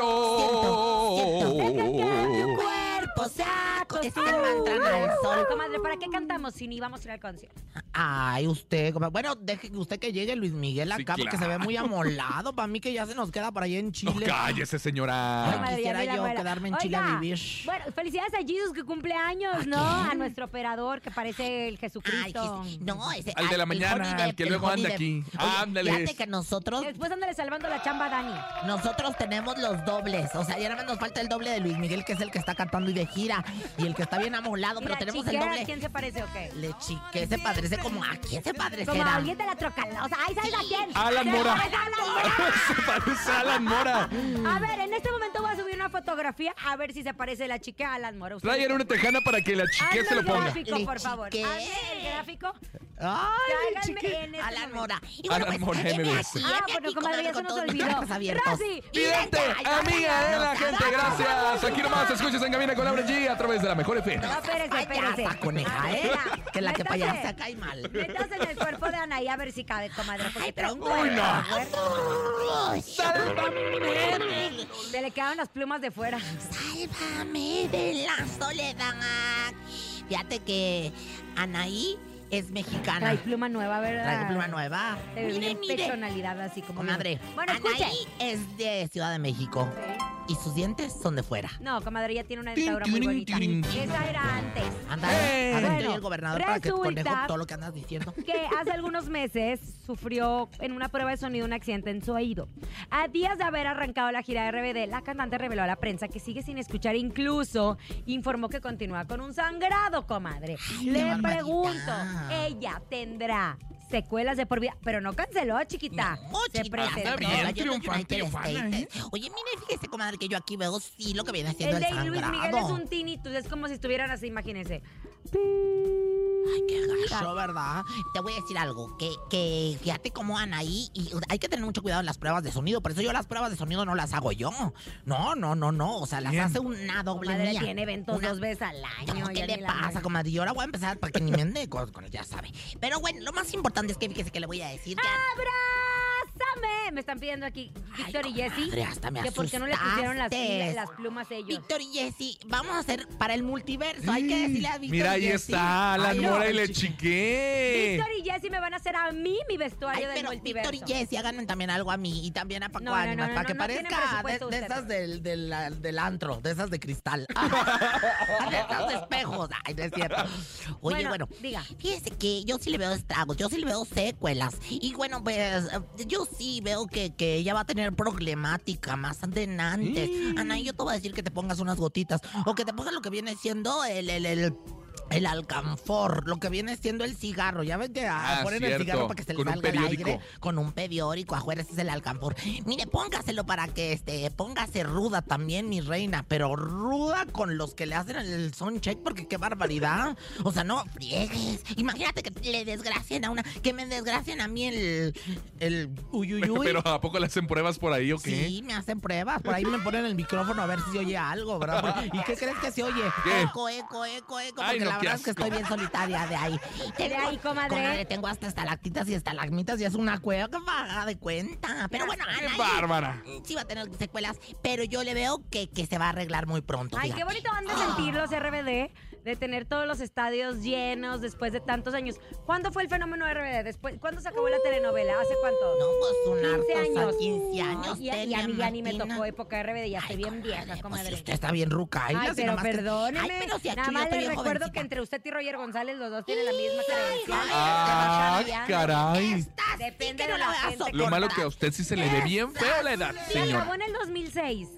Speaker 2: Oh.
Speaker 3: siento.
Speaker 4: cuerpo se aco- Ese es el mantra al sol.
Speaker 2: Comadre, ¿para qué cantamos si ni vamos a ir al concierto?
Speaker 4: Ay, usted, como- bueno, deje que usted que llegue Luis Miguel
Speaker 3: Sí,
Speaker 4: acá, porque se ve
Speaker 3: claro.
Speaker 4: muy amolado. Para mí que ya se nos queda por allá en
Speaker 3: No
Speaker 4: Chile.
Speaker 3: Oh, cállese, señora.
Speaker 2: Comadre, ya
Speaker 4: quisiera
Speaker 2: vi la
Speaker 4: yo
Speaker 2: abuela.
Speaker 4: quedarme en Chile a vivir.
Speaker 2: Bueno, felicidades a Jesus que cumple años, ¿no?
Speaker 4: quién?
Speaker 2: A nuestro operador que parece el
Speaker 4: Ay,
Speaker 2: Jesucristo.
Speaker 4: que- no, ese,
Speaker 3: Al de la
Speaker 4: el
Speaker 3: mañana,
Speaker 4: Johnny
Speaker 3: al
Speaker 4: Depp,
Speaker 3: que
Speaker 4: el
Speaker 3: luego
Speaker 4: Johnny
Speaker 3: anda
Speaker 4: Depp.
Speaker 3: aquí.
Speaker 4: Oye,
Speaker 3: Ándale.
Speaker 4: Fíjate que nosotros,
Speaker 2: Después andale salvando la chamba a Dani.
Speaker 4: nosotros tenemos los dobles. O sea, ya nada más nos falta el doble de Luis Miguel, que es el que está cantando y de gira. Y el que está bien amolado,
Speaker 2: ¿Y
Speaker 4: pero
Speaker 2: la
Speaker 4: tenemos el
Speaker 2: chiquera,
Speaker 4: doble.
Speaker 2: ¿Quién se parece o qué?
Speaker 4: Le chique, se padrece como a quién se padrecerá.
Speaker 2: Como alguien de la trocalosa. ¡Ay, sabes a quién!
Speaker 3: Alan
Speaker 2: ¡Se
Speaker 3: Mora.
Speaker 2: parece a Alan Mora!
Speaker 3: Se parece a Alan Mora.
Speaker 2: A ver, en este momento voy a subir una fotografía a ver si se parece la chica a Alan Mora.
Speaker 3: Traigan una tejana para que la
Speaker 2: Hazme
Speaker 3: chique se
Speaker 2: el
Speaker 3: lo ponga.
Speaker 2: gráfico,
Speaker 4: Le
Speaker 2: por favor.
Speaker 4: chiqué.
Speaker 2: Hazme el gráfico.
Speaker 4: Ay,
Speaker 2: Tráiganme en este
Speaker 4: Alan
Speaker 2: momento.
Speaker 4: Mora. Y bueno,
Speaker 3: Alan
Speaker 4: pues,
Speaker 3: Mora,
Speaker 4: heme
Speaker 3: MBS.
Speaker 4: aquí,
Speaker 2: Ah,
Speaker 4: heme
Speaker 2: bueno,
Speaker 4: aquí,
Speaker 2: comadre, ya
Speaker 4: con
Speaker 2: se nos
Speaker 4: todos mis
Speaker 2: olvidó.
Speaker 4: brazos abiertos.
Speaker 2: Rosy,
Speaker 3: Vidente, amiga de la gente, gracias. Aquí nomás escuchas en cabina con Laura G a través de la mejor FM.
Speaker 2: No, espérese, espérese.
Speaker 4: Payasa, coneja, ¿eh?
Speaker 2: Adela,
Speaker 4: Que la que
Speaker 2: métase.
Speaker 4: payasa cae mal.
Speaker 2: Métase en el cuerpo de Anaí a ver si cabe, comadre. Porque
Speaker 4: Ay, pero
Speaker 2: trae un
Speaker 4: uy,
Speaker 2: cuerpo
Speaker 3: no.
Speaker 2: fuerte.
Speaker 3: ¡Sálvame!
Speaker 2: Se le quedaron las plumas de fuera.
Speaker 4: Sálvame de la soledad. Fíjate que Anaí es mexicana.
Speaker 2: Trae pluma nueva, ¿verdad?
Speaker 4: Traigo Ah, pluma nueva.
Speaker 2: Se ve
Speaker 4: Mire,
Speaker 2: una
Speaker 4: mire.
Speaker 2: personalidad así como...
Speaker 4: Comadre,
Speaker 2: Bueno, escuche.
Speaker 4: Anaí es de Ciudad de México. Y sus dientes son de fuera.
Speaker 2: No, comadre, ya tiene una
Speaker 3: Tin,
Speaker 2: dentadura muy
Speaker 3: tin,
Speaker 2: bonita.
Speaker 3: tin.
Speaker 2: Esa era antes.
Speaker 4: Anda,
Speaker 3: ¡Eh!
Speaker 4: adentro
Speaker 2: Bueno,
Speaker 4: y el gobernador para que
Speaker 2: resulta-
Speaker 4: conejo todo lo que andas diciendo.
Speaker 2: que hace algunos meses sufrió en una prueba de sonido un accidente en su oído. A días de haber arrancado la gira de RBD, la cantante reveló a la prensa que sigue sin escuchar, incluso informó que continúa con un sangrado, comadre.
Speaker 4: Ay,
Speaker 2: Le
Speaker 4: qué barbaridad.
Speaker 2: pregunto, ella tendrá secuelas de por vida, pero no canceló, chiquita.
Speaker 4: No,
Speaker 2: Se
Speaker 4: chiquita,
Speaker 2: presentó.
Speaker 4: pero
Speaker 3: Bien
Speaker 4: yo no
Speaker 3: triunfante,
Speaker 4: United
Speaker 3: Juana, ¿eh?
Speaker 4: States. Oye, mire, fíjese, comadre, que yo aquí veo sí lo que viene haciendo
Speaker 2: El
Speaker 4: el,
Speaker 2: de
Speaker 4: sangrado.
Speaker 2: Luis Miguel es un tinnitus, es como si estuvieran así, imagínense.
Speaker 4: Ay, qué gacho, ¿verdad? Te voy a decir algo, que, que fíjate cómo Anaí, y hay que tener mucho cuidado en las pruebas de sonido, por eso yo las pruebas de sonido no las hago yo. No, no, no, no, o sea, las
Speaker 3: Bien.
Speaker 4: hace una doble
Speaker 2: Comadre,
Speaker 4: mía.
Speaker 2: tiene eventos
Speaker 4: Una-
Speaker 2: dos veces al año.
Speaker 4: No, ¿Qué
Speaker 2: ya
Speaker 4: le
Speaker 2: ni la
Speaker 4: pasa,
Speaker 2: mueve.
Speaker 4: comadre? Yo ahora voy a empezar para que ni me ande con, con- ya sabe. Pero bueno, lo más importante es que fíjese que le voy a decir que...
Speaker 2: ¡Abrázame! Me están pidiendo aquí Víctor y Jessy.
Speaker 4: comadre, hasta me
Speaker 2: Que por qué no le pusieron las,
Speaker 4: asustaste.
Speaker 2: las plumas ellos.
Speaker 4: Víctor y Jessy, vamos a hacer para el multiverso. Hay que decirle a Víctor
Speaker 3: Mira, ahí
Speaker 4: y Jessy.
Speaker 3: está Alan
Speaker 4: Ay, no,
Speaker 3: Mora y le
Speaker 4: chi-
Speaker 3: chiqué.
Speaker 2: Víctor y Jessy me van a hacer a mí mi
Speaker 4: Ay,
Speaker 2: vestuario del
Speaker 4: pero
Speaker 2: multiverso.
Speaker 4: Víctor y Jessy háganme también algo a mí y también a Paco
Speaker 2: No, no,
Speaker 4: Ánimas,
Speaker 2: no, no,
Speaker 4: para que
Speaker 2: no, no tienen
Speaker 4: parezca
Speaker 2: presupuesto
Speaker 4: de, de
Speaker 2: ustedes.
Speaker 4: esas del, del, del antro, de esas de cristal. Ah, de esas de espejos. Ay, no es cierto. Oye, bueno,
Speaker 2: diga.
Speaker 4: Fíjese que yo sí le veo estragos, yo sí le veo secuelas. Y bueno, pues yo sí veo que, que ella va a tener problemática más adelante. Ana, yo te voy a decir que te pongas unas gotitas o que te pongas lo que viene siendo el... el, el El alcanfor, lo que viene siendo el cigarro. Ya ven que ah,
Speaker 3: Ah,
Speaker 4: ponen el
Speaker 3: cierto,
Speaker 4: cigarro para que se le
Speaker 3: con un
Speaker 4: salga el
Speaker 3: periódico.
Speaker 4: aire. Con un periódico, afuera ese es el alcanfor. Mire, póngaselo para que este, póngase ruda también, mi reina. Pero ruda con los que le hacen el sound check, porque qué barbaridad. O sea, no friegues. Imagínate que le desgracien a una, que me desgracien a mí el. el uy, uy, uy.
Speaker 3: Pero ¿a poco le hacen pruebas por ahí o qué?
Speaker 4: Sí, me hacen pruebas. Por ahí me ponen el micrófono a ver si se oye algo, ¿verdad? Porque- ¿Y qué crees que se oye?
Speaker 3: ¿Qué?
Speaker 4: Eco, eco, eco, eco. Porque
Speaker 3: Ay, no,
Speaker 4: la
Speaker 3: qué
Speaker 4: verdad es que
Speaker 3: asco.
Speaker 4: estoy bien solitaria de ahí.
Speaker 2: De ahí, comadre.
Speaker 4: tengo hasta estalactitas y estalagmitas y es una cueva que paga de cuenta. Pero bueno, a
Speaker 3: ¡Qué
Speaker 4: nadie-
Speaker 3: bárbara!
Speaker 4: Sí va a tener secuelas, pero yo le veo que, que se va a arreglar muy pronto.
Speaker 2: Ay,
Speaker 4: fíjate.
Speaker 2: qué bonito van de sentir los RBD, de tener todos los estadios llenos después de tantos años. ¿Cuándo fue el fenómeno RBD? Después, ¿Cuándo se acabó la telenovela? ¿Hace cuánto?
Speaker 4: No, pues un
Speaker 2: 15
Speaker 4: harto,
Speaker 2: años.
Speaker 4: son 15 años.
Speaker 2: Y, a- y a mí ya ni me
Speaker 4: Martina.
Speaker 2: tocó época RBD, ya estoy
Speaker 4: Ay,
Speaker 2: bien
Speaker 4: comadre,
Speaker 2: vieja,
Speaker 4: pues
Speaker 2: comadre.
Speaker 4: si usted está bien ruca.
Speaker 2: Ay,
Speaker 4: oígase
Speaker 2: pero
Speaker 4: nomás que-
Speaker 2: perdóneme.
Speaker 4: Ay, pero si aquí
Speaker 2: Nada
Speaker 4: yo
Speaker 2: más
Speaker 4: estoy
Speaker 2: les
Speaker 4: bien
Speaker 2: recuerdo que
Speaker 4: jovencita.
Speaker 2: entre usted y Roger González los dos tienen la misma credencial.
Speaker 3: Ah,
Speaker 2: Ay, ya.
Speaker 3: caray.
Speaker 4: Estás
Speaker 2: Depende
Speaker 4: sí que no
Speaker 2: de la
Speaker 4: la vas a
Speaker 2: gente que
Speaker 3: Lo malo
Speaker 4: soportar.
Speaker 3: que a usted sí se le ve bien feo la edad,
Speaker 2: Sí, acabó
Speaker 3: señor.
Speaker 2: en el 2006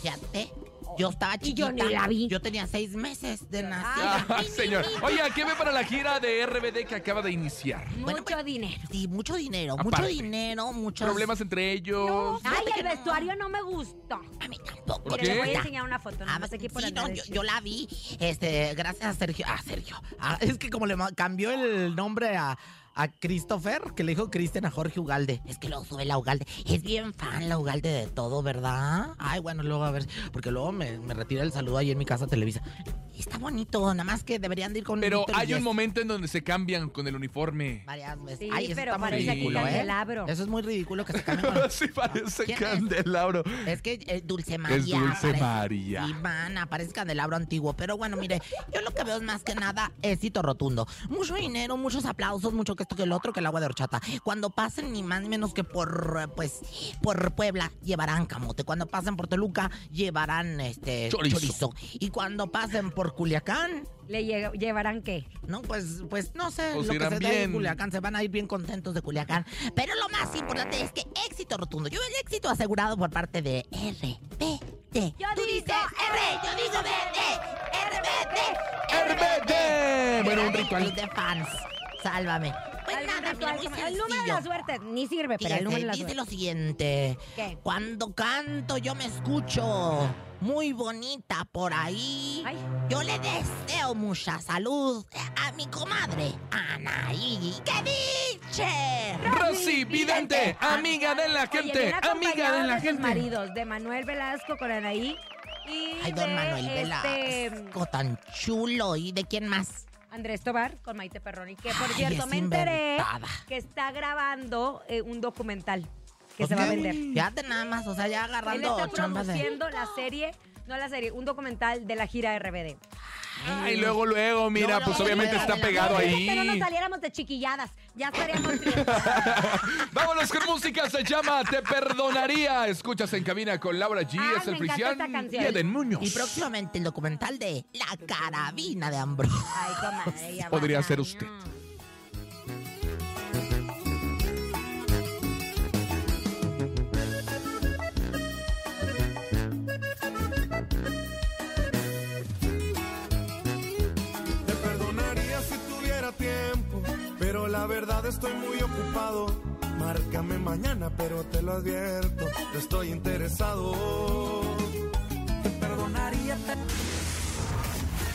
Speaker 4: Fíjate, yo estaba
Speaker 2: Y yo
Speaker 4: chiquita.
Speaker 2: ni la vi.
Speaker 4: Yo tenía seis meses de nacida.
Speaker 3: Ah, señor. Oye, ¿a ¿qué ve para la gira de RBD que acaba de iniciar?
Speaker 4: Bueno, pues,
Speaker 2: mucho dinero.
Speaker 4: Sí, mucho dinero, mucho
Speaker 3: Aparte.
Speaker 4: dinero, muchos...
Speaker 3: ¿Problemas entre ellos?
Speaker 2: Ay,
Speaker 4: fíjate
Speaker 2: el
Speaker 4: que no.
Speaker 2: vestuario no me gustó.
Speaker 4: A mí tampoco.
Speaker 2: Mire,
Speaker 3: qué?
Speaker 2: le voy a
Speaker 4: chiquita.
Speaker 2: enseñar una foto,
Speaker 4: Ah,
Speaker 2: nomás pues, aquí por
Speaker 4: sí,
Speaker 2: andar
Speaker 4: no,
Speaker 2: de
Speaker 4: yo,
Speaker 2: chis-
Speaker 4: yo la vi, este, gracias a Sergio. A Sergio. Ah, es que como le ma- cambió el nombre a, a Christopher, que le dijo Cristian a Jorge Ugalde. Es que lo sube la Ugalde. Es bien fan la Ugalde de todo, ¿verdad? Ay, bueno, luego a ver, porque luego me, me retira el saludo ahí en mi casa Televisa. Está bonito, nada más que deberían de ir con
Speaker 3: Pero
Speaker 4: Víctor y
Speaker 3: hay un
Speaker 4: Jess
Speaker 3: momento en donde se cambian con el uniforme.
Speaker 4: Varias veces.
Speaker 2: Sí,
Speaker 4: Ay, eso
Speaker 2: pero
Speaker 4: está muy
Speaker 2: parece
Speaker 3: aquí
Speaker 4: ridículo, ¿eh?
Speaker 2: candelabro.
Speaker 4: Eso es muy ridículo que se cambie con-
Speaker 3: Sí parece
Speaker 4: ¿Quién es?
Speaker 3: candelabro.
Speaker 4: Es que eh, Dulce María.
Speaker 3: Dulce
Speaker 4: parece-
Speaker 3: María.
Speaker 4: Ivana, parece candelabro antiguo. Pero bueno, mire, yo lo que veo es más que nada éxito rotundo. Mucho dinero, muchos aplausos, mucho que esto que el otro, que el agua de horchata. Cuando pasen ni más ni menos que por, eh, pues, por Puebla, llevarán camote. Cuando pasen por Toluca, llevarán este
Speaker 3: Chorizo.
Speaker 4: Y cuando pasen por Culiacán,
Speaker 2: ¿Le lle- llevarán qué?
Speaker 4: no, pues, pues no sé,
Speaker 3: Pues
Speaker 4: lo que
Speaker 3: irán
Speaker 4: se dé en
Speaker 3: bien.
Speaker 4: Culiacán, se van a ir bien contentos de Culiacán. Pero lo más importante es que éxito rotundo. Yo veo el éxito asegurado por parte de RBT.
Speaker 2: Yo
Speaker 4: Tú
Speaker 2: digo
Speaker 4: dices R, yo digo BT, RBT,
Speaker 3: RBD. Bueno, un ritual.
Speaker 4: Club de fans, sálvame. Pues
Speaker 2: ¿Algún
Speaker 4: nada, mira,
Speaker 2: ritual
Speaker 4: muy
Speaker 2: como- el número de
Speaker 4: sencillo.
Speaker 2: la suerte ni sirve, pero el
Speaker 4: Fíjese,
Speaker 2: número de la
Speaker 4: dice
Speaker 2: suerte.
Speaker 4: lo siguiente.
Speaker 2: ¿Qué?
Speaker 4: Cuando canto yo me escucho muy bonita por ahí.
Speaker 2: Ay.
Speaker 4: Yo le deseo mucha salud a mi comadre Anaí. ¡Qué diche!
Speaker 3: Rosy Vidente, amiga de la
Speaker 2: Oye,
Speaker 3: gente,
Speaker 2: bien
Speaker 3: amiga de
Speaker 2: acompañado
Speaker 3: la
Speaker 2: sus
Speaker 3: gente.
Speaker 2: maridos, de Manuel Velasco con Anaí y
Speaker 4: Ay, don
Speaker 2: de,
Speaker 4: Manuel
Speaker 2: este,
Speaker 4: Velasco, tan chulo. ¿Y de quién más?
Speaker 2: Andrés Tobar con Maite Perroni, que por
Speaker 4: Ay,
Speaker 2: cierto
Speaker 4: es
Speaker 2: me enteré
Speaker 4: inventada.
Speaker 2: que está grabando eh, un documental que se va a
Speaker 4: Ok.
Speaker 2: vender.
Speaker 4: Fíjate nada más, o sea, ya
Speaker 2: Él
Speaker 4: agarrando
Speaker 2: está
Speaker 4: chamba de...
Speaker 2: produciendo la serie, no la serie, un documental de la gira RBD.
Speaker 3: Ay, luego, luego, mira,
Speaker 4: Luego,
Speaker 3: pues
Speaker 4: luego,
Speaker 3: obviamente
Speaker 4: luego,
Speaker 3: está
Speaker 4: luego.
Speaker 3: pegado
Speaker 2: Oye, Que no nos
Speaker 3: ahí.
Speaker 2: saliéramos de chiquilladas, ya estaríamos triunfando.
Speaker 3: Vámonos con música, se llama Te Perdonaría. Escuchas en cabina con Laura
Speaker 2: Ay,
Speaker 3: G, es el
Speaker 2: Ah, me encantó
Speaker 3: Frisian
Speaker 2: esta
Speaker 3: y
Speaker 2: canción.
Speaker 3: Eden Muñoz.
Speaker 4: Y próximamente el documental de La Carabina de Ambro.
Speaker 2: Ay, comadre, ya
Speaker 3: Podría
Speaker 2: basta,
Speaker 3: ser usted.
Speaker 2: no.
Speaker 9: Te perdonaría si tuviera tiempo, pero la verdad estoy muy ocupado. Márcame mañana, pero te lo advierto, no estoy interesado. Te perdonaría.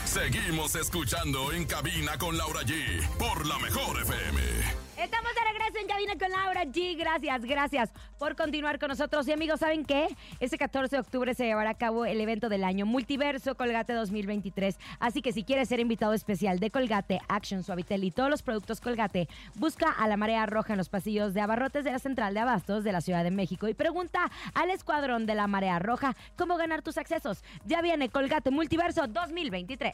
Speaker 1: Seguimos escuchando en cabina con Laura G por la mejor FM.
Speaker 2: Estamos de regreso en Cabina con Laura G. Gracias, gracias por continuar con nosotros. Y amigos, ¿saben qué? Este 14 de octubre se llevará a cabo el evento del año Multiverso Colgate 2023. Así que si quieres ser invitado especial de Colgate, Action, Suavitel y todos los productos Colgate, busca a la marea roja en los pasillos de abarrotes de la Central de Abastos de la Ciudad de México y pregunta al escuadrón de la marea roja cómo ganar tus accesos. Ya viene Colgate Multiverso 2023.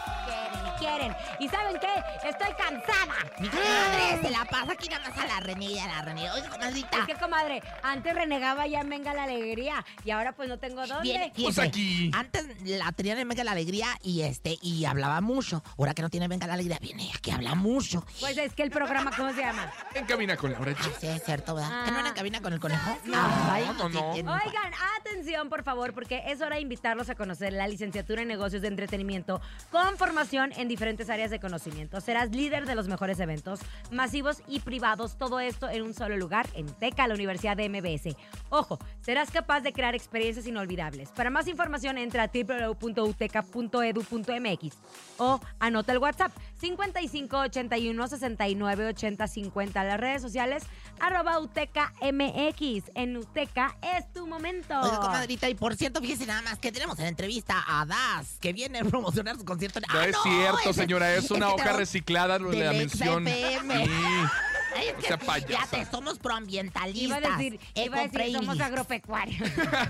Speaker 2: Quiere, quieren. ¿Y saben qué? Estoy cansada.
Speaker 4: Mi comadre se la pasa aquí nada más a la renega, a la renega. Oiga,
Speaker 2: Es
Speaker 4: comadrita.
Speaker 2: que, comadre, antes renegaba ya en Venga la Alegría y ahora pues no tengo dónde.
Speaker 4: Viene-
Speaker 3: Pues
Speaker 4: fíjese,
Speaker 3: aquí.
Speaker 4: Antes la tenía en Venga la Alegría y este y hablaba mucho. Ahora que no tiene Venga la Alegría, viene aquí habla mucho. Ah,
Speaker 2: Pues es que el programa, ¿cómo se llama?
Speaker 3: En cabina con Laura G.
Speaker 4: Sí, es cierto, ¿verdad? ¿Que no
Speaker 2: Ah.
Speaker 4: era en cabina con el conejo? Ah,
Speaker 3: Ay, no,
Speaker 4: sí,
Speaker 3: no.
Speaker 4: en-
Speaker 2: Oigan, atención, por favor, porque es hora de invitarlos a conocer la licenciatura en negocios de entretenimiento con formación en diferentes áreas de conocimiento. Serás líder de los mejores eventos masivos y privados, todo esto en un solo lugar, en TECA, la Universidad de MBS. Ojo, serás capaz de crear experiencias inolvidables. Para más información, entra a www.uteca.edu.mx o anota el WhatsApp 55 81 69 80 50 las redes sociales arroba uteca mx en uteca es tu momento
Speaker 4: Oiga, comadrita, y por cierto, fíjese nada más que tenemos en entrevista a Das, que viene a promocionar su concierto.
Speaker 3: No
Speaker 4: ¡Ah,
Speaker 3: es cierto,
Speaker 4: ese-
Speaker 3: señora, es
Speaker 4: ese
Speaker 3: una hoja
Speaker 4: tenemos
Speaker 3: reciclada lo de la
Speaker 4: del
Speaker 3: mención.
Speaker 4: XFM.
Speaker 3: Sí.
Speaker 4: Ay, es
Speaker 3: O
Speaker 4: que
Speaker 3: sea,
Speaker 4: ya
Speaker 3: payasa.
Speaker 4: te somos
Speaker 2: iba
Speaker 4: proambientalistas.
Speaker 2: a decir
Speaker 4: Eh,
Speaker 2: iba a decir
Speaker 4: eco-friendly.
Speaker 2: somos agropecuarios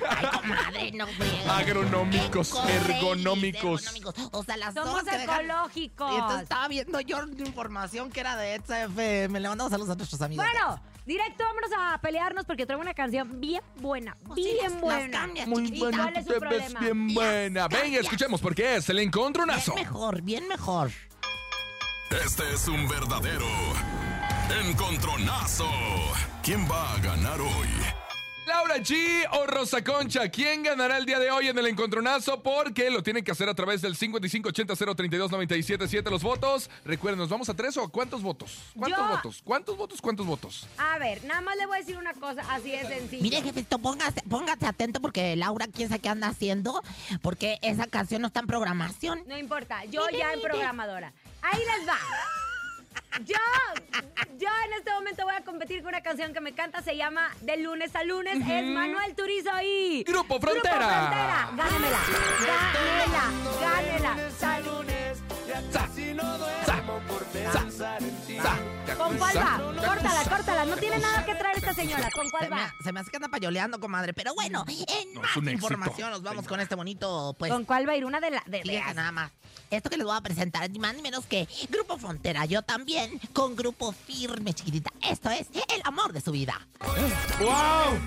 Speaker 4: Ay, comadre, no friegues.
Speaker 3: Agronómicos,
Speaker 4: Eco-friendly,
Speaker 3: ergonómicos.
Speaker 4: ergonómicos. O sea, las
Speaker 2: somos
Speaker 4: hojas que dejan-
Speaker 2: ecológicos
Speaker 4: Y entonces estaba viendo yo información que era de XFM. Le mandamos saludos a nuestros amigos.
Speaker 2: bueno directo vámonos a pelearnos porque traigo una canción bien buena
Speaker 4: Pues sí,
Speaker 2: bien
Speaker 4: las- las
Speaker 2: buena
Speaker 4: cambias,
Speaker 3: Muy
Speaker 4: chiquitita.
Speaker 2: buena.
Speaker 3: buena,
Speaker 2: ¿Cuál es
Speaker 3: tú
Speaker 2: su
Speaker 3: te ves
Speaker 2: problema?
Speaker 3: bien
Speaker 4: Yes,
Speaker 3: buena. Venga,
Speaker 4: gracias.
Speaker 3: escuchemos porque es el encontronazo.
Speaker 4: Bien mejor, bien mejor.
Speaker 1: Este es un verdadero encontronazo. ¿Quién va a ganar hoy?
Speaker 3: Laura G o Rosa Concha, ¿quién ganará el día de hoy en el encontronazo? Porque lo tienen que hacer a través del 5580-032-977 los votos. Recuerden, ¿nos vamos a tres o a cuántos votos? ¿Cuántos
Speaker 2: Yo-
Speaker 3: votos? ¿Cuántos votos? ¿Cuántos votos?
Speaker 2: a ver nada más le voy a decir una cosa así de sencillo
Speaker 4: Mire, jefito, póngase, póngase atento porque Laura, quién sabe qué anda haciendo, porque esa canción no está en programación.
Speaker 2: No importa, yo ya en programadora. Ahí les va. Yo, yo en este momento voy a competir con una canción que me canta, se llama De lunes a lunes, es Manuel Turizo y...
Speaker 3: Grupo Frontera.
Speaker 2: Grupo Frontera. Gánenmela, gánenla, gánenla.
Speaker 3: Sa, sa, sa, sa.
Speaker 2: ¿Con cuál
Speaker 3: Sa,
Speaker 2: va?
Speaker 3: sa,
Speaker 2: Córtala, córtala, no tiene nada que traer esta señora, ¿con
Speaker 4: Se
Speaker 2: cuál
Speaker 4: me,
Speaker 2: va?
Speaker 4: se me hace que anda payoleando, comadre. Pero bueno, en
Speaker 3: No, es
Speaker 4: más
Speaker 3: un éxito.
Speaker 4: información nos vamos con este bonito, pues,
Speaker 2: ¿Con cuál va a ir? Una de la... de- de-
Speaker 4: fíjense nada más. Esto que les voy a presentar, ni más ni menos que Grupo Frontera, yo también, con Grupo Firme, chiquitita. Esto es el amor de su vida.
Speaker 3: ¡Wow!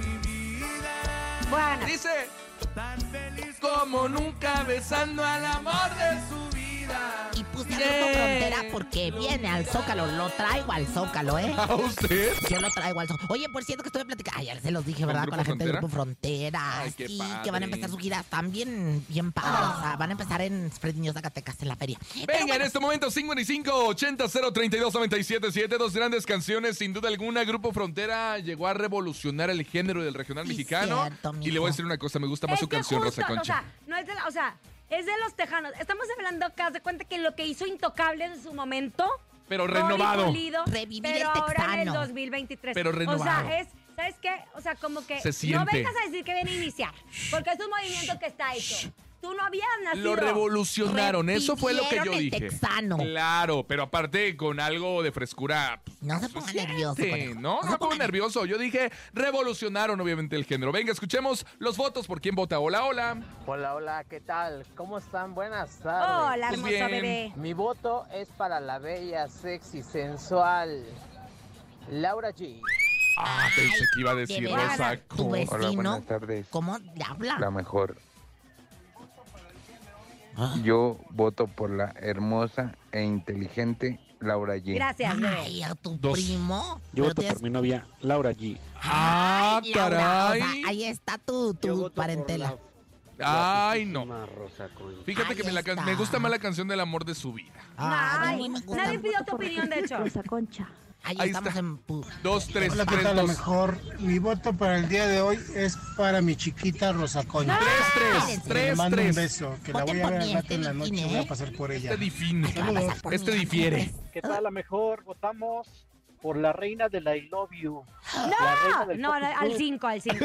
Speaker 2: Bueno,
Speaker 3: Dice, tan feliz como nunca besando al amor de su vida.
Speaker 4: Y puse
Speaker 3: Yeah.
Speaker 4: a Grupo Frontera porque viene al Zócalo, lo traigo al Zócalo, ¿eh?
Speaker 3: ¿A Ah, usted?
Speaker 4: Yo lo traigo al sol. Oye, por cierto que estuve platicando. Ay, ya se los dije, ¿verdad?
Speaker 3: Grupo
Speaker 4: Con la gente del
Speaker 3: Frontera?
Speaker 4: Grupo Frontera.
Speaker 3: Ay, qué
Speaker 4: sí, que
Speaker 3: padre.
Speaker 4: van a empezar su gira también bien padre. O sea, van a empezar en Fresnillo, Zacatecas, en la feria. Pero
Speaker 3: Venga, en
Speaker 4: bueno,
Speaker 3: este momento 55 80 032 97 7, dos grandes canciones, sin duda alguna, Grupo Frontera llegó a revolucionar el género del regional
Speaker 4: Sí,
Speaker 3: mexicano.
Speaker 4: cierto, mijo.
Speaker 3: y le voy a decir una cosa, me gusta más
Speaker 2: es
Speaker 3: su
Speaker 2: que
Speaker 3: canción,
Speaker 2: justo,
Speaker 3: Rosa Concha.
Speaker 2: o sea, no es de la- o sea, es de los tejanos. Estamos hablando acá, haz de cuenta que lo que hizo Intocable en su momento...
Speaker 3: Pero
Speaker 2: Rory
Speaker 3: renovado.
Speaker 2: Pulido,
Speaker 4: Revivir
Speaker 2: pero
Speaker 4: el
Speaker 2: ahora en el
Speaker 4: texano.
Speaker 2: 2023.
Speaker 3: Pero
Speaker 2: O
Speaker 3: renovado.
Speaker 2: sea, es, ¿sabes qué? O sea, como que
Speaker 3: Se
Speaker 2: no
Speaker 3: siente.
Speaker 2: vengas a decir que viene a iniciar, porque es un movimiento que está hecho. Tú no habías nacido.
Speaker 3: Lo revolucionaron, eso fue lo que yo
Speaker 4: Repitieron el
Speaker 3: dije.
Speaker 4: texano.
Speaker 3: Claro, pero aparte con algo de frescura. pues,
Speaker 4: No se ponga nervioso,
Speaker 3: Sí,
Speaker 4: conejo.
Speaker 3: no, no
Speaker 4: se
Speaker 3: me pongo
Speaker 4: ponga
Speaker 3: nervioso. Yo dije, revolucionaron obviamente el género. Venga, escuchemos los votos por quién vota. Hola, hola.
Speaker 10: Hola, hola, ¿qué tal? ¿Cómo están? Buenas tardes.
Speaker 2: Hola,
Speaker 3: Pues
Speaker 2: hermoso
Speaker 3: bien.
Speaker 2: bebé.
Speaker 10: Mi voto es para la bella, sexy, sensual Laura G.
Speaker 3: Ah, pensé que iba a
Speaker 4: de
Speaker 3: decir
Speaker 4: veras,
Speaker 3: Rosa Concha.
Speaker 4: tu vecino.
Speaker 11: Hola,
Speaker 4: Sí, ¿no?
Speaker 11: buenas tardes.
Speaker 4: ¿Cómo le habla?
Speaker 11: La mejor. Yo voto por la hermosa e inteligente Laura G.
Speaker 2: Gracias, bebé.
Speaker 4: Ay, a tu
Speaker 3: Dos.
Speaker 4: primo.
Speaker 12: Yo
Speaker 4: Pero
Speaker 12: voto
Speaker 4: tienes-
Speaker 12: por mi novia, Laura G.
Speaker 3: Ah,
Speaker 4: Ay, Laura, o
Speaker 3: caray.
Speaker 4: sea, ahí está tu,
Speaker 12: Yo
Speaker 4: tu
Speaker 12: voto por la-
Speaker 4: parentela.
Speaker 12: la
Speaker 3: Ay, no.
Speaker 12: putísima Rosa Concha.
Speaker 3: Fíjate
Speaker 4: Ahí
Speaker 3: que me, la can-
Speaker 4: está.
Speaker 3: me gusta más la canción del amor de su vida.
Speaker 4: Ay,
Speaker 2: Ay,
Speaker 4: me gusta.
Speaker 2: nadie pidió tu opinión, de hecho.
Speaker 13: Concha.
Speaker 4: Ahí,
Speaker 3: Ahí
Speaker 4: estamos
Speaker 3: está.
Speaker 4: en... pu-
Speaker 3: Dos, tres,
Speaker 10: Hola, ¿qué
Speaker 3: tres,
Speaker 10: tal? La
Speaker 3: dos.
Speaker 10: mejor. Mi voto para el día de hoy es para mi chiquita Rosa Concha.
Speaker 3: Tres,
Speaker 4: Espérense.
Speaker 10: Le
Speaker 3: tres,
Speaker 10: mando un
Speaker 3: tres, tres.
Speaker 10: beso, que la
Speaker 4: Voten
Speaker 10: voy a
Speaker 4: por
Speaker 10: ver
Speaker 4: mí,
Speaker 10: al rato en la
Speaker 4: estoy en
Speaker 10: noche,
Speaker 4: cine,
Speaker 10: voy
Speaker 4: ¿eh?
Speaker 10: a pasar por ella.
Speaker 3: Este difine.
Speaker 4: Te va a pasar por
Speaker 3: Este
Speaker 4: mí, ¿eh?
Speaker 3: difiere.
Speaker 12: ¿Qué tal la mejor? Votamos por la reina de la I Love You.
Speaker 2: No, no, al 5, al 5.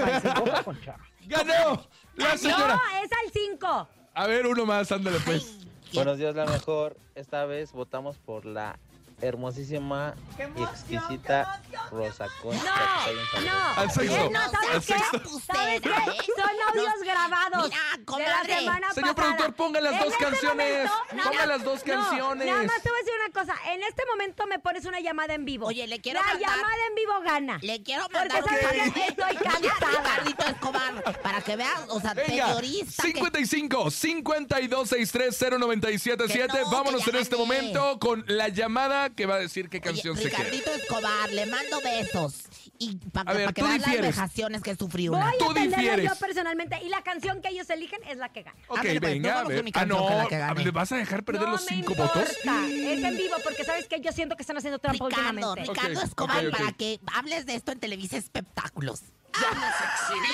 Speaker 3: ¡Ganó! La señora.
Speaker 2: No, es al 5.
Speaker 3: A ver, uno más, ándale pues.
Speaker 4: Ay, qué
Speaker 11: Buenos días, la mejor. Esta vez votamos por la
Speaker 13: hermosísima y exquisita Rosa Concha. que está bien sabrosa.
Speaker 3: Al sexo.
Speaker 2: Eh, no, ¿sabes
Speaker 3: al
Speaker 2: qué?
Speaker 3: sexo.
Speaker 2: ¿Sabes qué? Son audios grabados. de la
Speaker 4: comadre.
Speaker 2: semana
Speaker 3: Señor
Speaker 2: pasada.
Speaker 3: productor, ponga las
Speaker 2: En este
Speaker 3: dos canciones.
Speaker 2: nada-
Speaker 3: Ponga las dos
Speaker 2: no,
Speaker 3: canciones.
Speaker 2: Nada más te voy a decir una cosa. En este momento me pones una llamada en vivo. Oye, le
Speaker 4: quiero
Speaker 2: La
Speaker 4: mandar-
Speaker 2: llamada en vivo gana.
Speaker 4: Le quiero
Speaker 2: Porque
Speaker 4: mandar un
Speaker 2: sabes que
Speaker 4: paquete
Speaker 2: estoy cansada.
Speaker 4: Ricardito Escobar, para que veas, o sea,
Speaker 3: Venga,
Speaker 4: terrorista. que-
Speaker 3: 55 52 63 0977.
Speaker 4: Que no,
Speaker 3: Vámonos
Speaker 4: que
Speaker 3: en
Speaker 4: ya
Speaker 3: este
Speaker 4: gané.
Speaker 3: momento con la llamada que va a decir qué canción se quiere.
Speaker 4: Ricardito Escobar, le mando besos. Y para
Speaker 3: A ver,
Speaker 4: que
Speaker 3: tú
Speaker 4: veas
Speaker 3: difieres.
Speaker 4: las vejaciones que sufrió.
Speaker 2: Voy
Speaker 4: una.
Speaker 2: a
Speaker 3: Tú
Speaker 2: atenderla
Speaker 3: difieres.
Speaker 2: yo personalmente. Y la canción que ellos eligen es la que gana.
Speaker 3: Ok,
Speaker 4: Ándale, pues,
Speaker 3: venga, a
Speaker 4: vámonos
Speaker 3: ver.
Speaker 4: con mi
Speaker 3: Ah,
Speaker 4: canción, que
Speaker 3: no,
Speaker 4: la que gane.
Speaker 3: ¿le vas a dejar perder
Speaker 2: no
Speaker 3: los cinco
Speaker 2: me importa.
Speaker 3: votos?
Speaker 2: Es en vivo porque sabes que yo siento que están haciendo trampa
Speaker 4: Ricardo,
Speaker 2: últimamente.
Speaker 4: Ricardo
Speaker 3: Ok,
Speaker 4: Escobar,
Speaker 3: ok, ok.
Speaker 4: para que hables de esto en Televisa Espectáculos.